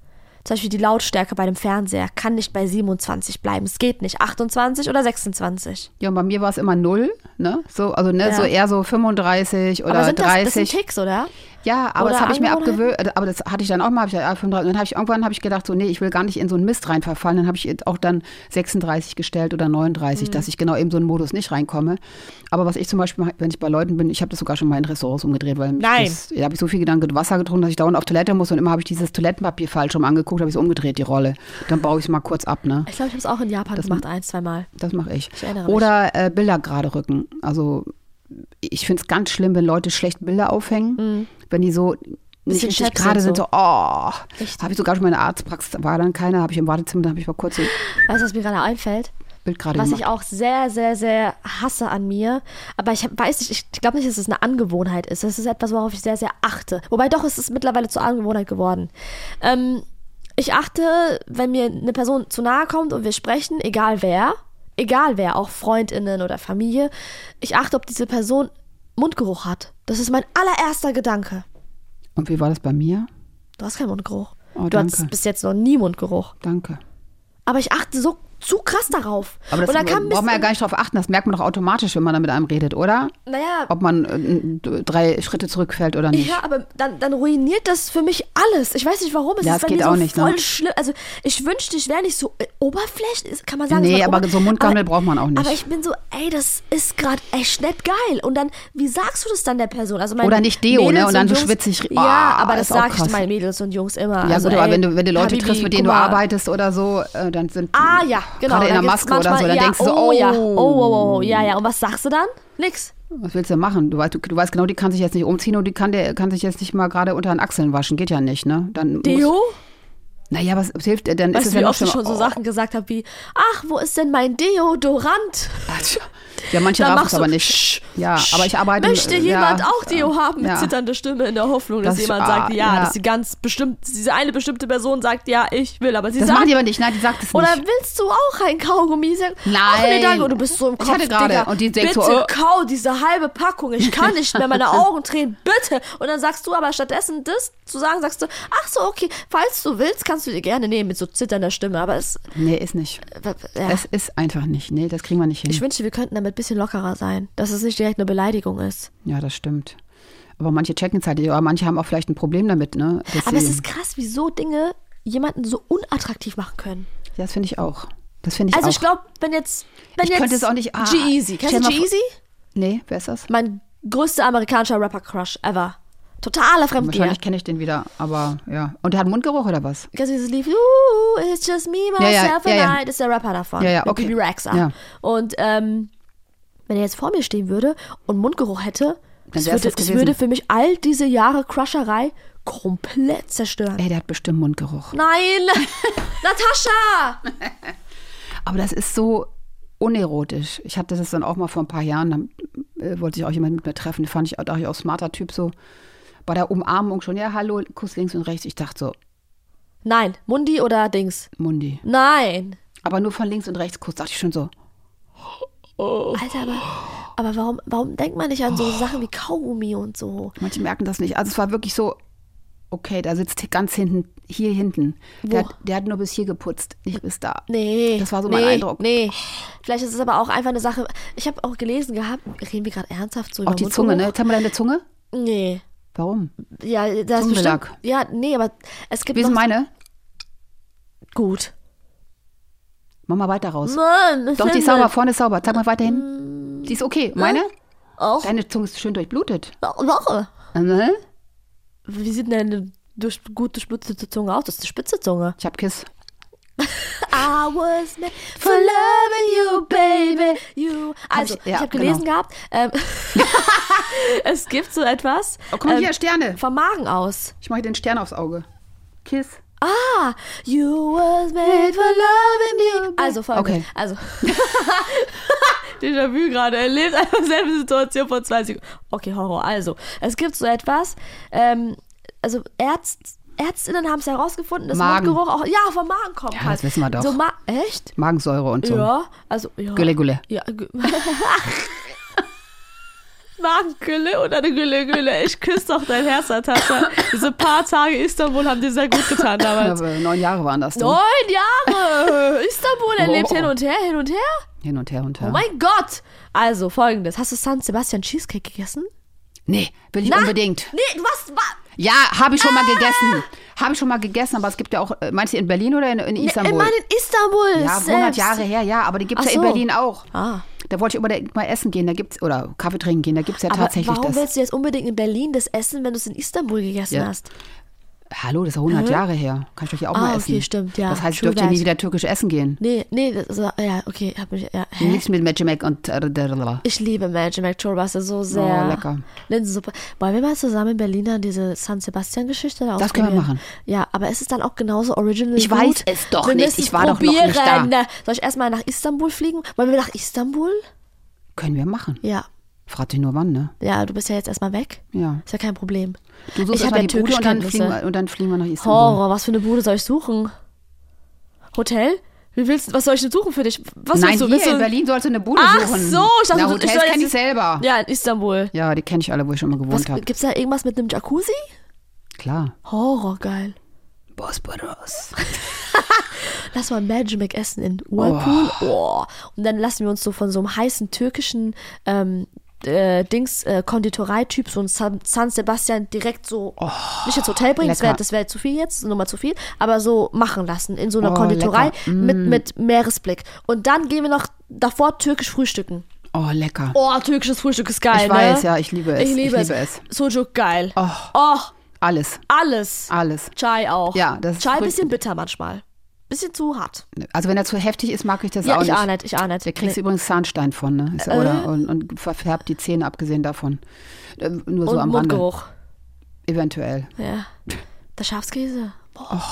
S3: Zum Beispiel die Lautstärke bei dem Fernseher kann nicht bei 27 bleiben. Es geht nicht. 28 oder 26.
S2: ja, und bei mir war es immer null, ne? So, also ne,
S3: Ja.
S2: so eher so 35 oder
S3: aber sind das, das sind
S2: 30.
S3: Ticks, oder?
S2: Ja, aber
S3: Oder
S2: das habe ich mir
S3: Angewohnheiten?
S2: abgewöhnt. Aber das hatte ich dann auch mal. Hab ich, ja 35 dann habe ich irgendwann habe ich gedacht, so nee, ich will gar nicht in so einen Mist reinverfallen. Dann habe ich jetzt auch dann 36 gestellt oder 39,
S3: Mhm.
S2: dass ich genau eben so einen Modus nicht reinkomme. Aber was ich zum Beispiel, mache, wenn ich bei Leuten bin, ich habe das sogar schon mal in Restaurants umgedreht, weil mich
S3: Nein.
S2: Das, da habe ich so viel Gedanken Wasser getrunken, dass ich dauernd auf Toilette muss und immer habe ich dieses Toilettenpapier falsch rum angeguckt, habe ich es umgedreht die Rolle. Dann baue ich es mal kurz ab, ne?
S3: Ich glaube, ich habe es auch in Japan gemacht, ein, zweimal.
S2: Das mache ich.
S3: Ich erinnere mich.
S2: Oder äh, Bilder gerade rücken. Also ich finde es ganz schlimm, wenn Leute schlecht Bilder aufhängen, wenn die so nicht
S3: Mhm. Bisschen
S2: richtig
S3: schepp sind
S2: gerade sind,
S3: so.
S2: so, oh, habe
S3: Echt?
S2: ich sogar schon meine Arztpraxis, war dann keiner, habe ich im Wartezimmer, da habe ich mal kurz so ein
S3: Weißt du, was mir gerade einfällt?
S2: Bild gerade
S3: Was
S2: gemacht.
S3: ich auch sehr, sehr, sehr hasse an mir. Aber ich hab- weiß nicht, ich glaube nicht, dass es eine Angewohnheit ist. Das ist etwas, worauf ich sehr, sehr achte. Wobei doch, es ist mittlerweile zur Angewohnheit geworden. Ähm, ich achte, wenn mir eine Person zu nahe kommt und wir sprechen, egal wer, egal wer, auch FreundInnen oder Familie, ich achte, ob diese Person Mundgeruch hat. Das ist mein allererster Gedanke.
S2: Und wie war das bei mir?
S3: Du hast keinen Mundgeruch.
S2: Oh,
S3: du
S2: danke.
S3: hast bis jetzt noch nie Mundgeruch.
S2: Danke.
S3: Aber ich achte so zu krass darauf.
S2: Aber das
S3: und dann kann
S2: braucht man ja
S3: bis-
S2: gar nicht drauf achten, das merkt man doch automatisch, wenn man da mit einem redet, oder?
S3: Naja,
S2: Ob man äh, drei Schritte zurückfällt oder nicht.
S3: Ja, aber dann, dann ruiniert das für mich alles. Ich weiß nicht warum. Es
S2: Ja,
S3: ist
S2: es
S3: bei
S2: geht
S3: mir
S2: auch
S3: so
S2: nicht, ne?
S3: voll schlimm. Also ich wünschte, ich wäre nicht so äh, oberflächlich. Ist- Kann man sagen,
S2: Nee,
S3: dass man
S2: aber
S3: ober-
S2: so Mundgammel
S3: oh, aber-
S2: braucht man auch nicht.
S3: Aber ich bin so, ey, das ist gerade echt nicht geil. Und dann, wie sagst du das dann der Person? Also meine
S2: Oder nicht Deo, ne?
S3: Mädels
S2: Und dann so
S3: Jungs-
S2: schwitzig. Oh,
S3: ja, aber
S2: ist
S3: das
S2: auch
S3: sage ich
S2: krass.
S3: meinen Mädels und Jungs immer.
S2: Ja,
S3: also,
S2: gut, aber
S3: ey,
S2: wenn du, wenn du Leute
S3: Habibi,
S2: triffst, mit denen du
S3: guck mal.
S2: arbeitest oder so, äh, dann sind
S3: Ah ja, genau.
S2: gerade in
S3: dann
S2: der
S3: gibt's
S2: Maske oder so,
S3: manchmal-
S2: dann
S3: ja,
S2: denkst du, so,
S3: oh, ja, oh, oh, oh, oh, ja, ja. Und was sagst du dann? Nix.
S2: Was willst du denn machen? Du weißt, du, du weißt genau, die kann sich jetzt nicht umziehen und die kann, der, kann sich jetzt nicht mal gerade unter den Achseln waschen. Geht ja nicht, ne? Dann Muss,
S3: Deo?
S2: naja, was was hilft dir? Dann
S3: Weißt
S2: ist es
S3: du,
S2: ja
S3: wie
S2: noch Oh.
S3: oft ich schon so Sachen gesagt habe wie, ach, wo ist denn mein Deodorant?
S2: Oh, Ja, manche
S3: Dann
S2: raffen es
S3: machst du
S2: aber nicht.
S3: Sch-
S2: Ja,
S3: Sch-
S2: aber ich arbeite. äh,
S3: Möchte
S2: ja,
S3: jemand auch Deo haben mit
S2: ja.
S3: zitternder Stimme in der Hoffnung, dass
S2: Das-
S3: jemand
S2: ah,
S3: sagt, ja,
S2: ja.
S3: dass die ganz bestimmt, diese eine bestimmte Person sagt, ja, ich will, aber sie
S2: Das
S3: sagt.
S2: machen die aber nicht. Nein, die sagt es nicht.
S3: Oder willst du auch ein Kaugummi? Sag, Ach, nee,
S2: Nein.
S3: danke. Und du bist so im
S2: Ich
S3: Kopf.
S2: hatte gerade.
S3: Digga,
S2: Und die denkt
S3: bitte
S2: so, oh.
S3: kau diese halbe Packung. Ich kann nicht
S2: *laughs*
S3: mehr. Meine Augen drehen. Bitte. Und dann sagst du aber stattdessen das zu sagen, sagst du, ach so, okay, falls du willst, kannst du dir gerne nehmen mit so zitternder Stimme. Aber es,
S2: nee, ist nicht.
S3: ja.
S2: Es ist einfach nicht. Nee, das kriegen wir nicht hin.
S3: ich wünschte, wir könnten damit ein bisschen lockerer sein, dass es nicht direkt eine Beleidigung ist.
S2: ja, das stimmt. Aber manche checken es halt nicht. Oder manche haben auch vielleicht ein Problem damit, ne? dass
S3: Aber es
S2: sie-
S3: ist krass, wieso Dinge jemanden so unattraktiv machen können.
S2: Ja, das finde ich auch. Das finde ich
S3: Also
S2: auch.
S3: ich glaube, wenn jetzt, wenn
S2: Ich
S3: jetzt
S2: könnte es auch nicht- ah,
S3: G-Eazy,
S2: stell
S3: kennst du
S2: mal vor-
S3: G-Eazy?
S2: nee, wer ist das?
S3: Mein größter amerikanischer Rapper Crush ever. Totaler Fremdgeher.
S2: Wahrscheinlich kenne ich den wieder, aber ja. Und der hat Mundgeruch oder was?
S3: Kennst du dieses Lied? Uh, it's just me, myself
S2: Ja, ja, ja,
S3: and
S2: ja.
S3: I. Das ist der Rapper davon.
S2: Ja, ja,
S3: mit
S2: okay.
S3: BB Rexha.
S2: Ja.
S3: Und ähm, wenn er jetzt vor mir stehen würde und Mundgeruch hätte,
S2: wär's
S3: das würde,
S2: das
S3: das
S2: gewesen.
S3: würde für mich all diese Jahre Crusherei komplett zerstören.
S2: Ey, der hat bestimmt Mundgeruch. *laughs*
S3: Nein! Natascha!
S2: Aber das ist so unerotisch. Ich hatte das dann auch mal vor ein paar Jahren, dann äh, wollte sich auch jemand mit mir treffen, fand ich, dachte ich auch smarter Typ so. Bei der Umarmung schon, ja, hallo, Kuss links und rechts. Ich dachte so,
S3: Nein, Mundi oder Dings?
S2: Mundi.
S3: Nein!
S2: Aber nur von links und rechts Kuss, dachte ich schon so.
S3: Alter, aber, aber warum, warum denkt man nicht an so Sachen wie Kaugummi und so?
S2: Manche merken das nicht. Also es war wirklich so, okay, da sitzt ganz hinten, hier hinten.
S3: Wo?
S2: Der hat, der hat nur bis hier geputzt, nicht bis da.
S3: Nee.
S2: Das war so mein
S3: nee,
S2: Eindruck.
S3: Nee. Vielleicht ist es aber auch einfach eine Sache. Ich habe auch gelesen gehabt, reden wir gerade ernsthaft so
S2: Auch
S3: über
S2: die Zunge, ne?
S3: Mundgeruch?
S2: Jetzt haben wir deine Zunge?
S3: Nee.
S2: Warum?
S3: Ja, das ist
S2: Zungenbelag.
S3: bestimmt. Ja, nee, aber es gibt
S2: Wie ist
S3: noch
S2: meine?
S3: gut.
S2: Mach mal weiter raus.
S3: Mann, das
S2: Doch, die ist
S3: Ende.
S2: sauber, vorne ist sauber. Zeig mal weiterhin.
S3: Mm.
S2: Die ist okay. Meine?
S3: Auch
S2: Deine Zunge ist schön durchblutet.
S3: Woche.
S2: Mhm.
S3: Wie sieht denn eine durch, gut durchspitzte Zunge aus? Das ist eine spitze Zunge.
S2: Ich hab Kiss.
S3: I was made for loving you, baby. You. Also,
S2: ich-
S3: ich,
S2: ja,
S3: habe gelesen gehabt, ähm, *laughs* es gibt so etwas
S2: Oh, guck mal
S3: ähm,
S2: hier, Sterne.
S3: vom Magen aus.
S2: Ich mache dir den Stern aufs Auge. Kiss.
S3: Ah, you was made for loving you. Also folgendes.
S2: Okay.
S3: Also. *laughs* Déjà-vu gerade. Er lebt einfach selbe Situation vor zwei Sekunden. Okay, Horror. Also, es gibt so etwas, ähm, also Ärzt, Ärztinnen haben es herausgefunden, dass
S2: Magen.
S3: Mundgeruch auch, ja, vom Magen kommt.
S2: Ja,
S3: halt.
S2: das wissen wir doch.
S3: So Ma Echt?
S2: Magensäure und so.
S3: Ja, also, ja.
S2: Gülle, Gülle.
S3: Ja, *laughs* Gü- Magengülle oder eine Gülle, Gülle. Ich küsse doch dein Herz, Natascha. Diese paar Tage Istanbul haben dir sehr gut getan damals.
S2: *laughs* Aber Äh, Neun Jahre waren das. Doch.
S3: Neun Jahre! Istanbul, er lebt
S2: Oh.
S3: hin und her, hin und her.
S2: Hin und her und her.
S3: Oh mein Gott! Also, folgendes. Hast du San Sebastian Cheesecake gegessen?
S2: nee, will ich
S3: Na?
S2: unbedingt.
S3: Nee, du hast... wa-
S2: Ja, habe ich schon mal gegessen. Habe ich schon mal gegessen, aber es gibt ja auch, äh, meinst du in Berlin oder in, in
S3: Nee,
S2: Istanbul?
S3: Ich meine in Istanbul
S2: ja, 100
S3: selbst.
S2: Jahre her, ja, aber die gibt es ja
S3: Ach
S2: in
S3: so.
S2: Berlin auch.
S3: Ah.
S2: Da wollte ich unbedingt mal essen gehen, da gibt's, oder Kaffee trinken gehen, da gibt es ja
S3: Aber
S2: tatsächlich
S3: warum
S2: das.
S3: willst du jetzt unbedingt in Berlin das essen, wenn du es in Istanbul gegessen
S2: Ja.
S3: hast?
S2: Hallo, das ist ja 100 Jahre her. Kann ich doch hier auch
S3: Ah,
S2: mal
S3: okay,
S2: essen.
S3: stimmt, ja.
S2: Das heißt, ich
S3: True
S2: dürfte
S3: that.
S2: nie wieder türkisch essen gehen.
S3: Nee, nee, das, ist- ja, okay, hab mich, ja, hä?
S2: Nichts mit Magic und äh, Tardarala.
S3: Ich liebe Magic Mac Churros so sehr.
S2: Oh, lecker.
S3: Linsensuppe. Wollen wir mal zusammen in Berlin dann diese San Sebastian Geschichte da
S2: Das können wir
S3: ausprobieren? Ja, aber ist es dann auch genauso original
S2: Ich
S3: gut?
S2: weiß es doch
S3: wir
S2: nicht.
S3: müssen
S2: Ich
S3: es
S2: war doch noch
S3: probieren.
S2: nicht da.
S3: Soll ich erstmal nach Istanbul fliegen? Wollen wir nach Istanbul?
S2: Können wir machen.
S3: Ja.
S2: Frag dich nur wann, ne?
S3: Ja, du bist ja jetzt erstmal weg.
S2: Ja.
S3: Ist ja kein Problem.
S2: Du suchst
S3: ich hab
S2: erstmal
S3: ja
S2: die Bude und dann,
S3: Türkischkenntnisse.
S2: fliegen wir, und dann fliegen wir nach Istanbul.
S3: Horror, was für eine Bude soll ich suchen? Hotel? Wie willst, was soll ich denn suchen für dich? Was
S2: Nein,
S3: willst du?
S2: hier
S3: willst du
S2: in Berlin sollst du eine Bude
S3: Ach
S2: suchen.
S3: so, ich dachte,
S2: Na,
S3: du- ich
S2: Hotels
S3: soll jetzt-
S2: kenne ich selber. Ja,
S3: Ja, in Istanbul.
S2: die kenne ich alle, wo ich schon mal
S3: Was,
S2: gewohnt habe.
S3: gibt's da irgendwas mit einem Jacuzzi?
S2: Klar.
S3: Horror, geil.
S2: Bosporus.
S3: Lass mal Magic Mac essen in Whirlpool. Oh. Und dann lassen wir uns so von so einem heißen türkischen ähm, äh, Dings äh, Konditorei-Typ, so ein San, San Sebastian direkt so nicht ins Hotel bringen, das
S2: Oh. lecker.
S3: wäre das wär zu viel jetzt, nochmal zu viel, aber so machen lassen in so einer
S2: Oh,
S3: Konditorei
S2: lecker.
S3: mit, mit Meeresblick. Und dann gehen wir noch davor türkisch frühstücken.
S2: Oh, lecker.
S3: Oh, türkisches Frühstück ist geil.
S2: Ich weiß,
S3: ne?
S2: ja, ich liebe es,
S3: Ich liebe,
S2: ich liebe
S3: es.
S2: es.
S3: Sujuk geil.
S2: Oh.
S3: oh
S2: Alles,
S3: alles.
S2: alles.
S3: Chai auch.
S2: Ja, das ist
S3: Chai ein
S2: früh-
S3: bisschen bitter manchmal. Bisschen zu hart.
S2: Also wenn er zu heftig ist, mag ich das
S3: Ja,
S2: auch
S3: ich
S2: nicht.
S3: ahne Äh. nicht, ich ahne nicht.
S2: Da kriegst du übrigens Zahnstein von, ne? Ist, oder, und, und verfärbt die Zähne, abgesehen davon. Ähm, Nur so
S3: Und
S2: am Rande.
S3: Mundgeruch.
S2: Eventuell.
S3: Ja. Der Schafskäse. Boah.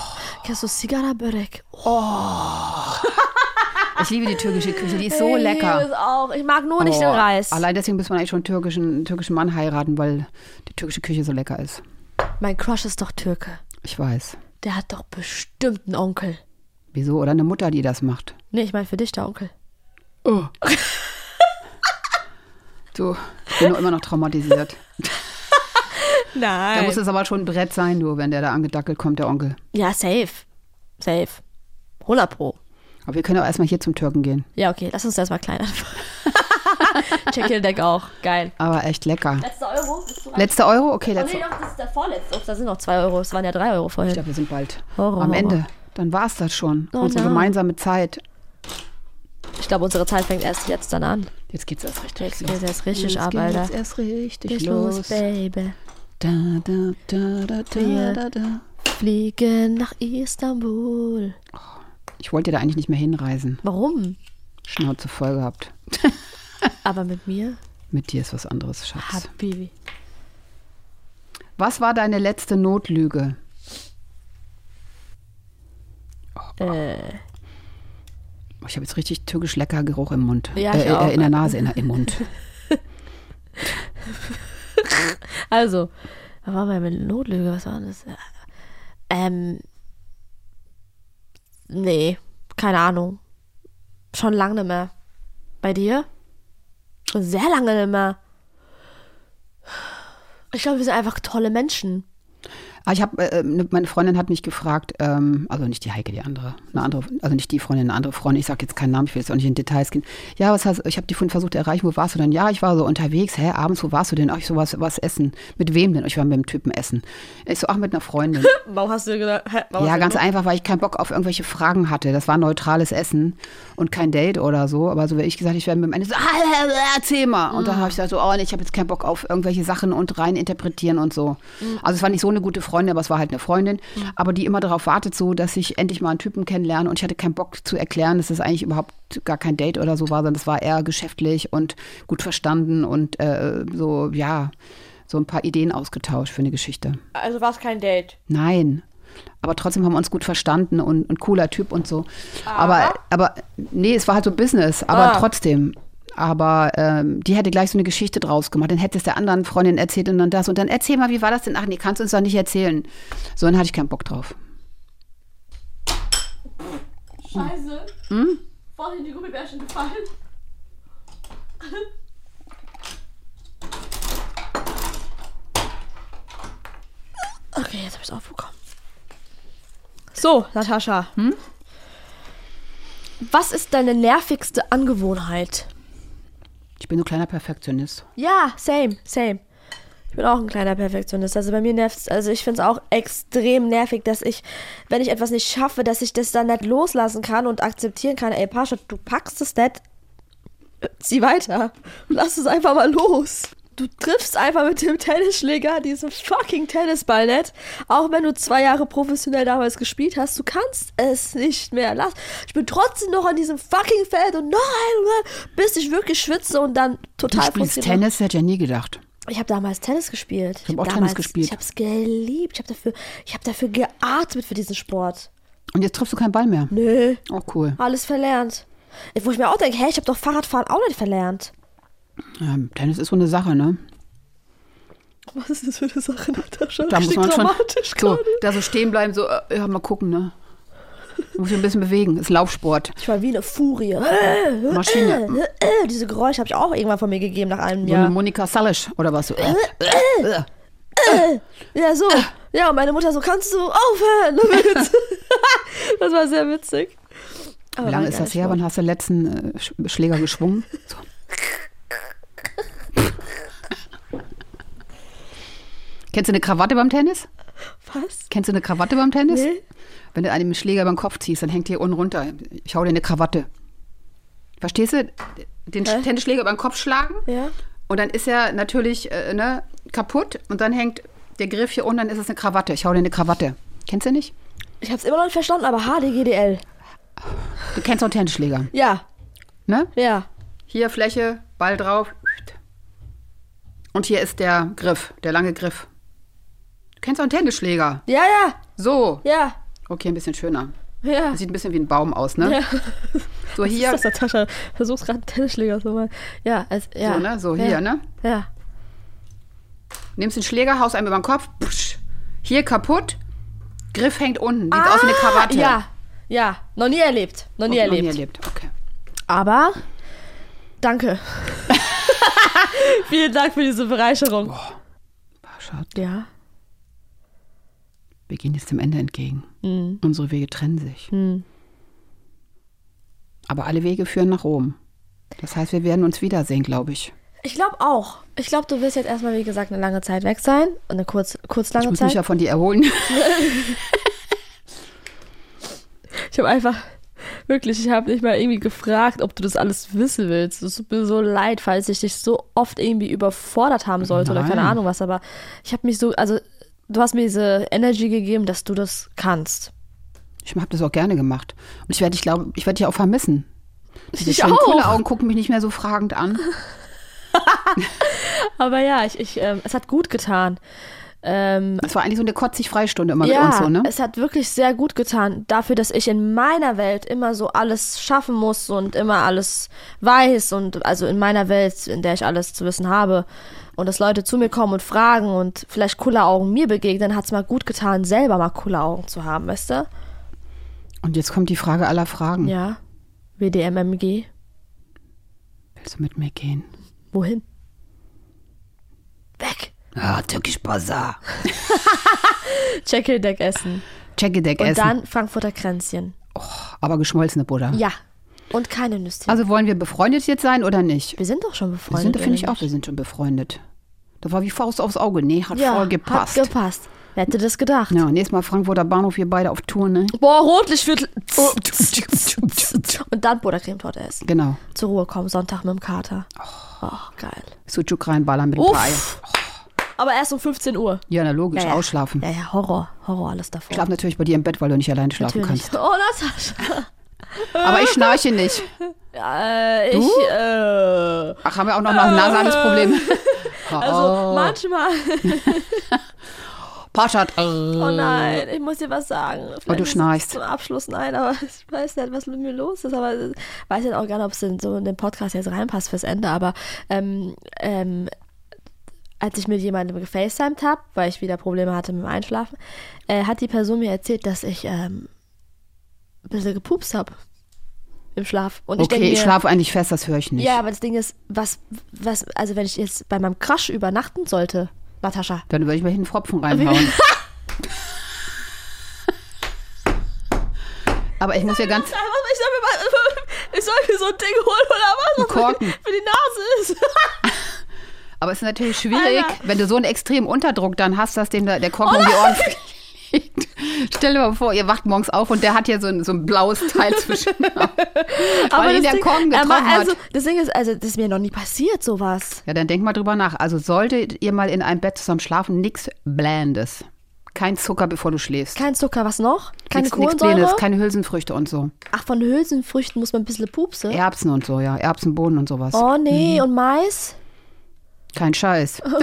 S3: Kennst du Sigara-Börek? Oh,
S2: Ich liebe die türkische Küche, die ist so
S3: ich liebe
S2: lecker.
S3: es auch. Ich mag nur nicht den
S2: Oh,
S3: Reis.
S2: Allein deswegen muss man eigentlich schon einen türkischen, einen türkischen Mann heiraten, weil die türkische Küche so lecker ist.
S3: Mein Crush ist doch Türke.
S2: Ich weiß.
S3: Der hat doch bestimmt einen Onkel.
S2: Wieso? Oder eine Mutter, die das macht.
S3: Nee, ich meine für dich, der Onkel.
S2: Oh. du, ich bin nur immer noch
S3: *laughs*
S2: traumatisiert. Da
S3: Nein.
S2: muss es aber schon ein Brett sein, du, wenn der da angedackelt kommt, der Onkel.
S3: ja, safe. Safe. 100 pro.
S2: Aber wir können auch erstmal hier zum Türken gehen.
S3: Ja, okay, lass uns das mal klein anfangen. *laughs* Check your deck auch. Geil.
S2: Aber echt lecker.
S3: Letzter Euro? Bist du rein?
S2: Letzter Euro? Okay,
S3: Oh,
S2: letzter.
S3: nee, doch, das ist der vorletzte. Ups, da sind noch 2 Euro. Es waren ja 3 Euro
S2: Ich
S3: vorhin.
S2: glaube, wir sind bald
S3: Horror,
S2: am
S3: Horror.
S2: Ende. Genau. Dann war es das schon.
S3: Oh
S2: Unsere
S3: nein.
S2: gemeinsame Zeit.
S3: Ich glaube, unsere Zeit fängt erst jetzt dann an.
S2: Jetzt geht's erst richtig
S3: Jetzt
S2: los.
S3: geht's erst richtig
S2: Jetzt
S3: ab,
S2: geht's
S3: Alter.
S2: erst richtig
S3: Geht's
S2: los.
S3: Baby.
S2: Da, da, da, da, da,
S3: Ja.
S2: da, da.
S3: Fliegen nach Istanbul.
S2: Ich wollte da eigentlich nicht mehr hinreisen.
S3: Warum?
S2: Schnauze voll gehabt.
S3: Aber mit mir?
S2: Mit dir ist was anderes, Schatz.
S3: Habibi.
S2: Was war deine letzte Notlüge?
S3: Äh,
S2: Oh, Ich habe jetzt richtig türkisch lecker Geruch im Mund.
S3: Ja, ich
S2: äh,
S3: auch.
S2: äh, in der Nase, in der, im *laughs* Mund.
S3: also, was war meine Notlüge? Was war das? Ähm. Nee, keine Ahnung. Schon lange nicht mehr. Bei dir? Schon sehr lange nicht mehr. Ich glaube, wir sind einfach tolle Menschen.
S2: Ah, ich habe, äh, ne- meine Freundin hat mich gefragt, ähm, also nicht die Heike, die andere, eine andere, also nicht die Freundin, eine andere Freundin. Ich sage jetzt keinen Namen, ich will jetzt auch nicht in Details gehen. Ja, was hast, ich habe die vorhin versucht zu erreichen. Wo warst du denn? Ja, ich war so unterwegs. Hä, abends, wo warst du denn? Ach, ich so was, was essen. Mit wem denn? Ich war mit einem Typen essen. Ich so, ach mit einer Freundin.
S3: Warum hast du gedacht? Hä, warum
S2: ja,
S3: hast du
S2: ganz
S3: gedacht?
S2: einfach, weil ich keinen Bock auf irgendwelche Fragen hatte. Das war neutrales Essen und kein Date oder so. Aber so wie ich gesagt, ich werde mit dem Ende so, *laughs* ah, erzähl mal. Und dann habe ich gesagt, so, oh nee, ich habe jetzt keinen Bock auf irgendwelche Sachen und rein interpretieren und so. Also es war nicht so eine gute Freundin, aber es war halt eine Freundin, aber die immer darauf wartet so, dass ich endlich mal einen Typen kennenlerne. Und ich hatte keinen Bock zu erklären, dass es eigentlich überhaupt gar kein Date oder so war, sondern es war eher geschäftlich und gut verstanden und äh, so, ja, so ein paar Ideen ausgetauscht für eine Geschichte.
S3: Also war es kein Date.
S2: Nein. Aber trotzdem haben wir uns gut verstanden und ein cooler Typ und so. Aber, aber nee, es war halt so Business, aber
S3: Ah.
S2: trotzdem. Aber ähm, die hätte gleich so eine Geschichte draus gemacht. Dann hätte es der anderen Freundin erzählt und dann das. Und dann erzähl mal, wie war das denn? Ach nee, kannst du uns doch nicht erzählen. So, dann hatte ich keinen Bock drauf.
S1: Scheiße. Hm? Vorhin die Gummibärchen gefallen.
S3: Okay, jetzt habe ich es aufbekommen. So, Natascha. hm? Was ist deine nervigste Angewohnheit?
S2: Ich bin so ein kleiner Perfektionist.
S3: Ja, same, same. Ich bin auch ein kleiner Perfektionist. Also bei mir nervt es, also ich finde es auch extrem nervig, dass ich, wenn ich etwas nicht schaffe, dass ich das dann nicht loslassen kann und akzeptieren kann. Ey, Pascha, du packst es nicht. Zieh weiter. Lass es einfach mal los. Du triffst einfach mit dem Tennisschläger diesen fucking Tennisball nicht. Auch wenn du zwei Jahre professionell damals gespielt hast, du kannst es nicht mehr. Lass, ich bin trotzdem noch an diesem fucking Feld und noch einmal, bis ich wirklich schwitze und dann
S2: Du
S3: total
S2: spielst
S3: frustriert bin.
S2: Tennis, hätte ich ja nie gedacht.
S3: Ich habe damals Tennis gespielt. Ich
S2: hab auch Tennis
S3: damals-
S2: gespielt.
S3: Ich habe es geliebt. Ich habe dafür, ich hab dafür geatmet für diesen Sport.
S2: Und jetzt triffst du keinen Ball mehr.
S3: Nö.
S2: Oh, cool.
S3: Alles verlernt. Wo ich mir auch denke, hey, ich habe doch Fahrradfahren auch nicht verlernt.
S2: Ja, Tennis ist so eine Sache, ne?
S3: Was ist das für eine Sache, Natascha?
S2: Da muss man schon so,
S3: gerade.
S2: da so stehen bleiben, so, äh, ja, mal gucken, ne? Muss ich ein bisschen bewegen. Ist Laufsport.
S3: Ich war wie eine Furie. Äh, äh,
S2: Maschine.
S3: äh, Diese Geräusche habe ich auch irgendwann von mir gegeben nach einem
S2: So eine
S3: Jahr.
S2: Monika Salisch oder was so. Äh, äh.
S3: Ja, so. Ja, und meine Mutter so, kannst du aufhören
S2: *laughs*
S3: damit? das war sehr witzig. Aber
S2: Wie
S3: war
S2: lange
S3: ein
S2: ist
S3: geiles
S2: das her? Wann hast du den letzten äh, Sch- Schläger geschwungen? So. Kennst du eine Krawatte beim Tennis?
S3: Sport. Was?
S2: Kennst du eine Krawatte beim Tennis?
S3: Nee.
S2: Wenn du einem Schläger beim Kopf ziehst, dann hängt dir unten runter. Ich hau dir eine Krawatte. Verstehst du? Den
S3: Hä?
S2: Tennisschläger beim Kopf schlagen
S3: Ja.
S2: und dann ist er natürlich äh, ne, kaputt und dann hängt der Griff hier unten, dann ist es eine Krawatte. Ich hau dir eine Krawatte. Kennst du nicht?
S3: Ich habe es immer noch nicht verstanden, aber HDGDL.
S2: Du kennst auch Tennisschläger,
S3: Ja,
S2: ne?
S3: ja.
S2: Hier Fläche, Ball drauf. Und hier ist der Griff, der lange Griff. Du kennst auch einen Tennisschläger.
S3: Ja, ja,
S2: So.
S3: ja.
S2: Okay, ein bisschen schöner.
S3: Ja.
S2: Das sieht ein bisschen wie ein Baum aus, ne?
S3: Ja.
S2: So hier,
S3: Was ist das, Natascha? Versuch's gerade einen Tennisschläger zu machen. Ja, als, ja.
S2: So, ne? So
S3: ja.
S2: hier, ne?
S3: Ja.
S2: nimmst den Schläger, haust einem über den Kopf. Psch, hier kaputt. Griff hängt unten. Sieht aus wie eine Krawatte.
S3: Ah, Ja, ja. Noch nie erlebt. Noch nie,
S2: Okay, noch
S3: erlebt.
S2: nie erlebt. Okay.
S3: Aber
S2: *laughs*
S3: danke. Vielen Dank für diese Bereicherung.
S2: Pascha,
S3: Ja.
S2: wir gehen jetzt dem Ende entgegen.
S3: Mhm.
S2: Unsere Wege trennen sich. Aber alle Wege führen nach Rom. Das heißt, wir werden uns wiedersehen, glaube ich.
S3: Ich glaube auch. Ich glaube, du wirst jetzt erstmal, wie gesagt, eine lange Zeit weg sein. Und eine kurz, kurz
S2: Ich
S3: lange
S2: muss mich
S3: Zeit.
S2: ja von dir erholen.
S3: Ich habe einfach Wirklich, ich habe nicht mal irgendwie gefragt, ob du das alles wissen willst. Es tut mir so leid, falls ich dich so oft irgendwie überfordert haben sollte oder keine
S2: Nein.
S3: Ahnung was, aber ich habe mich so, also du hast mir diese Energy gegeben, dass du das kannst.
S2: *laughs* Ich habe das auch gerne gemacht. Und ich werde, ich glaube, ich werde dich auch vermissen. Diese
S3: Ich
S2: schönen
S3: auch.
S2: Cola Augen gucken mich nicht mehr so fragend an.
S3: Aber ja, ich, ich, ähm, es hat gut getan. Ähm,
S2: Das war eigentlich so eine kotzig Freistunde immer mit
S3: ja,
S2: uns so, ne?
S3: es hat wirklich sehr gut getan, dafür, dass ich in meiner Welt immer so alles schaffen muss und immer alles weiß und also in meiner Welt, in der ich alles zu wissen habe und dass Leute zu mir kommen und fragen und vielleicht coole Augen mir begegnen, hat es mal gut getan, selber mal coole Augen zu haben, weißt du?
S2: Und jetzt kommt die Frage aller Fragen.
S3: Ja, WDMMG,
S2: Willst du mit mir gehen?
S3: wohin? Weg!
S2: Ah, türkisch Bazaar.
S3: Checkeldeck essen.
S2: Checkedeck
S3: Und
S2: essen.
S3: dann Frankfurter Kränzchen.
S2: aber geschmolzene Butter.
S3: Ja. Und keine Nüsschen.
S2: Also wollen wir befreundet jetzt sein oder nicht?
S3: wir sind doch schon
S2: Wir
S3: befreundet.
S2: sind, finde
S3: oder
S2: ich auch,
S3: nicht?
S2: wir sind schon befreundet. Da war wie Faust aufs Auge. Nee, hat
S3: Ja,
S2: voll gepasst.
S3: Hat gepasst. Wer hätte das gedacht?
S2: ja, nächstes Mal Frankfurter Bahnhof, wir beide auf Tour, ne? *laughs*
S3: Boah, Rotlichtviertel. Und dann Buttercremetorte essen.
S2: Genau.
S3: Zur Ruhe kommen, Sonntag mit dem Kater. Oh, geil.
S2: Sucuk reinballern mit ein paar Eier.
S3: Uff. Aber erst um 15 Uhr.
S2: Ja, na logisch,
S3: Ja, ja.
S2: ausschlafen.
S3: Ja, ja, Horror. Horror, alles davor.
S2: Schlaf natürlich bei dir im Bett, weil du nicht allein schlafen
S3: Natürlich.
S2: kannst.
S3: Oh, Natascha.
S2: Aber ich schnarche nicht.
S3: Äh, ich, äh,
S2: Ach, haben wir auch noch ein nasales Problem.
S3: *laughs* also
S2: oh,
S3: manchmal,
S2: Paschat.
S3: oh nein, ich muss dir was sagen. Vielleicht
S2: Äh, Oh, du
S3: ist es
S2: schnarchst.
S3: Zum Abschluss, nein, aber *laughs* ich weiß nicht, was mit mir los ist, aber ich weiß jetzt auch gar nicht, ob es in so in den Podcast jetzt reinpasst fürs Ende, aber ähm, ähm, als ich mit jemandem gefacetimed habe, weil ich wieder Probleme hatte mit dem Einschlafen, äh, hat die Person mir erzählt, dass ich ähm, ein bisschen gepupst habe im Schlaf. Und ich
S2: Okay,
S3: denke
S2: ich
S3: mir-
S2: schlafe eigentlich fest, das höre ich nicht.
S3: Ja, aber das Ding ist, was, was, also wenn ich jetzt bei meinem Crush übernachten sollte, Natascha,
S2: Dann würde ich mir einen
S3: *laughs*
S2: Pfropfen reinhauen. Aber ich muss ja ganz.
S3: Nein, was, ich, soll mir mal, *laughs* ich soll mir so ein Ding holen oder was?
S2: Ein
S3: was für-
S2: Korken.
S3: Für die Nase ist.
S2: Aber es ist
S3: *laughs*
S2: natürlich schwierig,
S3: Alter.
S2: wenn du so einen extremen Unterdruck dann hast, dass dem der, der Korken um die Ohren
S3: Oh
S2: fliegt. *laughs* Stell dir mal vor, ihr wacht morgens auf und der hat hier so ein, so ein blaues Teil zwischen. *laughs* Weil ihn der Korken
S3: *laughs* aber
S2: getroffen
S3: also,
S2: hat.
S3: das Ding ist, also, das ist mir noch nie passiert, sowas.
S2: Ja, dann denk mal drüber nach. Also solltet ihr mal in einem Bett zusammen schlafen, nichts Blandes. Kein Zucker, bevor du schläfst.
S3: Kein Zucker, was noch? Keine
S2: Nix- nix
S3: Kohlensäure?
S2: Blandes, keine Hülsenfrüchte und so.
S3: Ach, von Hülsenfrüchten muss man ein bisschen pupsen.
S2: Erbsen und so, ja. Mhm. Erbsenbohnen und sowas.
S3: Oh nee, und Mais?
S2: Kein Scheiß.
S3: *laughs* Oh,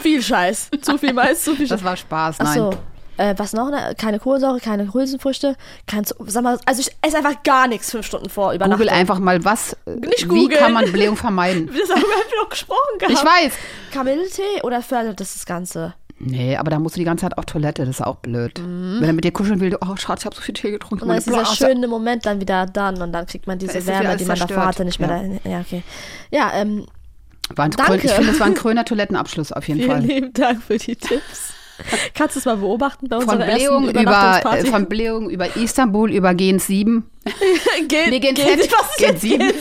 S3: Viel Scheiß. Zu viel Mais, zu viel Scheiß.
S2: Das war Spaß,
S3: Ach
S2: nein.
S3: so. Äh, was noch? Na, Keine Kohlensäure, keine Hülsenfrüchte, kein Zu Sag mal, also ich esse einfach gar nichts fünf Stunden vor Übernachtung.
S2: Google einfach mal, was, äh,
S3: Nicht
S2: wie
S3: googeln.
S2: kann man Blähung vermeiden?
S3: Das haben *laughs* wir noch gesprochen gehabt.
S2: Ich weiß.
S3: Kamilletee oder fördert das das Ganze?
S2: Nee, aber da musst du die ganze Zeit auf Toilette, das ist auch blöd. Wenn er mit dir kuscheln will, du, oh Schatz, ich habe so viel Tee getrunken.
S3: Und also dann
S2: meine
S3: ist Mhm. dieser
S2: Blase.
S3: schöne Moment dann wieder dann und dann kriegt man
S2: Da
S3: diese
S2: ist das wieder
S3: Wärme,
S2: alles
S3: die man davor
S2: zerstört.
S3: hatte, nicht mehr. Da, ja, okay. Ja, ähm,
S2: War ein
S3: Danke.
S2: Krön, ich finde, das war ein kröner Toilettenabschluss auf jeden
S3: vielen
S2: Fall.
S3: lieben Dank für die Tipps. *laughs* Kannst du es mal beobachten bei
S2: Von
S3: unserer
S2: Blähung,
S3: ersten
S2: über, äh,
S3: *laughs* Übernachtungsparty?
S2: von Blähung über Istanbul, über Gen 7.
S3: *laughs* Gen,
S2: nee, Gen
S3: Gen,
S2: Z,
S3: *laughs* was ist
S2: Gen
S3: jetzt
S2: sieben.
S3: Gen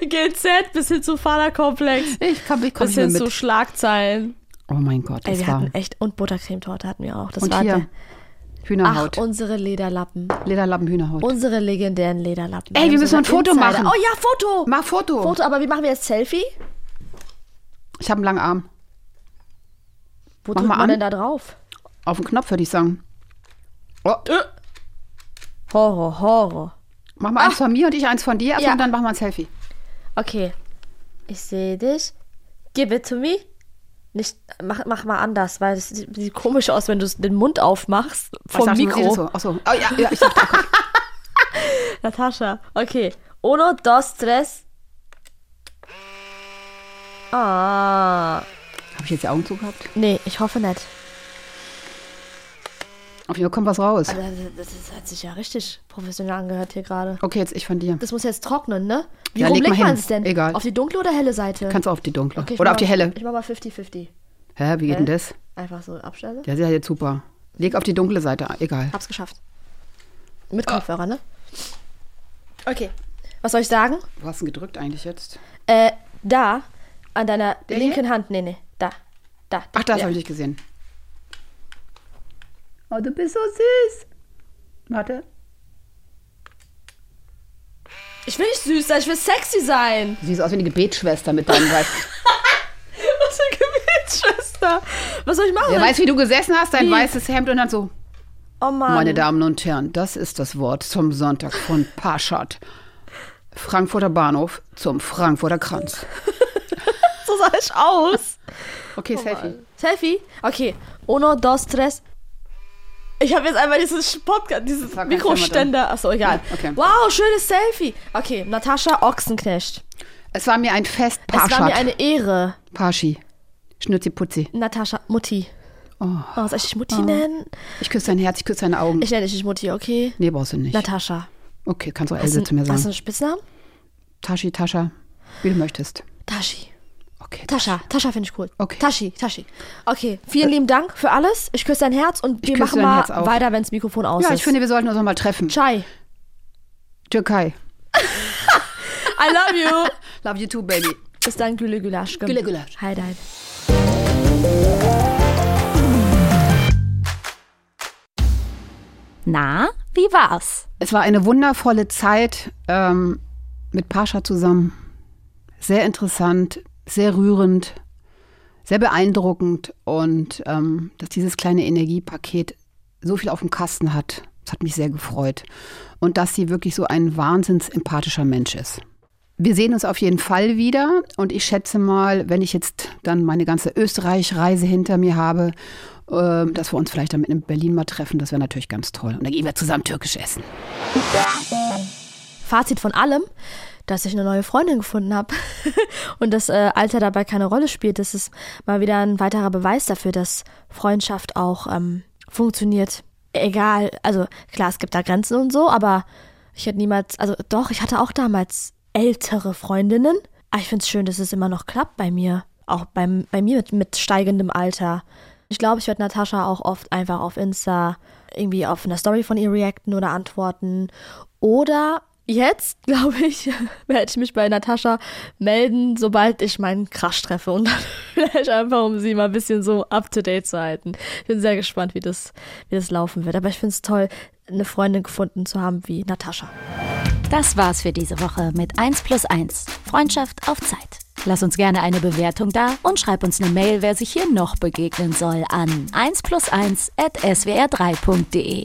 S3: 7. Gen Z bis hin zu Fahrerkomplex.
S2: Ich komme ich komm nicht
S3: Bis
S2: mehr
S3: hin zu
S2: mit.
S3: Schlagzeilen.
S2: Oh mein Gott,
S3: Ey,
S2: das
S3: wir
S2: war.
S3: hatten echt, und Buttercremetorte hatten wir auch. Das
S2: Und
S3: war
S2: hier,
S3: der- Ach,
S2: Hühnerhaut.
S3: unsere Lederlappen.
S2: Lederlappen, Hühnerhaut.
S3: Unsere legendären Lederlappen.
S2: Ey, wir müssen
S3: so
S2: ein Foto
S3: Insider.
S2: machen.
S3: Oh ja, Foto.
S2: Mach Foto.
S3: Foto, aber wie machen wir jetzt Selfie?
S2: Ich habe einen langen Arm.
S3: Wo
S2: Mach
S3: drückt
S2: mal
S3: man
S2: an.
S3: denn da drauf?
S2: Auf den Knopf würde ich sagen. Oh,
S3: Horror, Horror.
S2: mach mal eins von mir und ich eins von dir ab
S3: Ah. Ja.
S2: und dann machen wir ein Selfie.
S3: Okay. Ich sehe dich. Give it to me. Nicht, mach, mach mal anders, weil es sieht, sieht komisch aus, wenn du den Mund aufmachst vom
S2: Ach, sag,
S3: Mikro.
S2: So. Achso. Oh, ja, ja, ich dachte, okay.
S3: Natascha, okay. Uno, dos, tres. Ah.
S2: Habe ich jetzt die Augen zugehabt?
S3: Nee, ich hoffe nicht.
S2: Auf jeden Fall kommt was raus.
S3: Das, das, das hat sich ja richtig professionell angehört hier gerade.
S2: Okay, jetzt ich von dir.
S3: Das muss jetzt trocknen, ne? Wie
S2: Ja,
S3: rum
S2: leg mal
S3: legt
S2: hin.
S3: man es denn?
S2: Egal.
S3: Auf die dunkle oder helle Seite?
S2: Kannst du auf die dunkle.
S3: Okay, ich
S2: Oder
S3: mach
S2: auf die
S3: mal-
S2: helle.
S3: Ich mach mal 50-50.
S2: Hä, wie geht denn
S3: Hä?
S2: das?
S3: Einfach so abstellen.
S2: Das ist ja jetzt super. Leg auf die dunkle Seite, egal.
S3: Hab's geschafft. Mit Kopfhörer, ne? Okay. Was soll ich sagen?
S2: Du hast ihn gedrückt eigentlich jetzt.
S3: Äh, da, an deiner
S2: hier?
S3: linken Hand. Nee, nee, da. Da.
S2: Ach, das
S3: ja.
S2: habe ich nicht gesehen. Oh, du bist so süß. Warte.
S3: Ich will nicht süß sein, ich will sexy sein.
S2: Du siehst aus wie eine Gebetsschwester mit deinem Weiß.
S3: *laughs* Was für eine Gebetsschwester. Was soll ich machen?
S2: Wer weiß, wie du gesessen hast, dein weißes Hemd und dann so.
S3: oh Mann.
S2: Meine Damen und Herren, das ist das Wort zum Sonntag von Paschat. Frankfurter Bahnhof zum Frankfurter Kranz.
S3: so sah ich aus.
S2: Okay,
S3: Oh
S2: Selfie.
S3: Selfie? Okay. Uno, dos, tres. Ich habe jetzt einfach dieses Podcast, dieses
S2: war kein Thema
S3: Mikroständer. Achso, egal.
S2: Ja, okay.
S3: Wow, schönes Selfie. Okay, Natascha Ochsenknecht.
S2: Es war mir ein Fest,
S3: Es war mir
S2: Paschat.
S3: eine Ehre.
S2: Paschi. Schnürzi Putzi.
S3: Natascha, Mutti.
S2: Oh.
S3: Oh, soll ich dich Mutti nennen?
S2: Ich küsse dein Herz, ich küsse deine Augen.
S3: Ich nenne dich nicht Mutti, okay?
S2: nee, brauchst du nicht.
S3: Natascha.
S2: Okay, kannst du auch
S3: Hast
S2: Else
S3: du-
S2: zu mir
S3: Hast du
S2: sagen.
S3: einen Spitznamen?
S2: Taschi, Tascha, wie du möchtest.
S3: Tashi.
S2: Okay.
S3: Tascha, Tascha finde ich cool.
S2: Okay. Äh.
S3: Tashi, Tashi. Okay, vielen lieben Dank für alles. Ich küsse dein Herz und wir
S2: küsse
S3: machen
S2: dein
S3: mal
S2: Herz auch.
S3: weiter, wenn das Mikrofon aus
S2: Ja,
S3: ist.
S2: ich finde, wir sollten uns nochmal treffen. *laughs*
S3: Chai.
S2: Türkei.
S3: I love you.
S2: Love you too, baby.
S3: Bis dann, Güle Gülasch.
S2: Güle Gülasch.
S3: Hi, dein.
S4: Na, wie war's?
S2: Es war eine wundervolle Zeit ähm, mit Pascha zusammen. Sehr interessant, sehr rührend, sehr beeindruckend und ähm, dass dieses kleine Energiepaket so viel auf dem Kasten hat, das hat mich sehr gefreut. Und dass sie wirklich so ein wahnsinns empathischer Mensch ist. Wir sehen uns auf jeden Fall wieder und ich schätze mal, wenn ich jetzt dann meine ganze Österreich-Reise hinter mir habe, ähm, dass wir uns vielleicht dann in Berlin mal treffen, das wäre natürlich ganz toll. Und dann gehen wir zusammen türkisch essen.
S3: Fazit von allem, dass ich eine neue Freundin gefunden habe *laughs* und das äh, Alter dabei keine Rolle spielt. Das ist mal wieder ein weiterer Beweis dafür, dass Freundschaft auch ähm, funktioniert. Egal, also klar, es gibt da Grenzen und so, aber ich hätte niemals, also doch, ich hatte auch damals ältere Freundinnen. Aber ich finde es schön, dass es immer noch klappt bei mir. Auch beim, bei mir mit, mit steigendem Alter. Ich glaube, ich werde Natascha auch oft einfach auf Insta irgendwie auf einer Story von ihr reacten oder antworten. Oder jetzt, *laughs* glaube ich, werde ich mich bei Natascha melden, sobald ich meinen Crush treffe. Und dann *laughs* vielleicht einfach, um sie mal ein bisschen so up-to-date zu halten. Ich bin sehr gespannt, wie das, wie das laufen wird. Aber ich finde es toll, eine Freundin gefunden zu haben wie Natascha.
S4: Das war's für diese Woche mit 1 plus 1. Freundschaft auf Zeit. Lass uns gerne eine Bewertung da und schreib uns eine Mail, wer sich hier noch begegnen soll, an 1 plus 1 at swr3.de.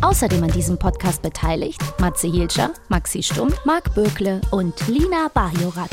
S4: Außerdem an diesem Podcast beteiligt Matze Hilscher, Maxi Stumm, Marc Bökle und Lina Bajorat.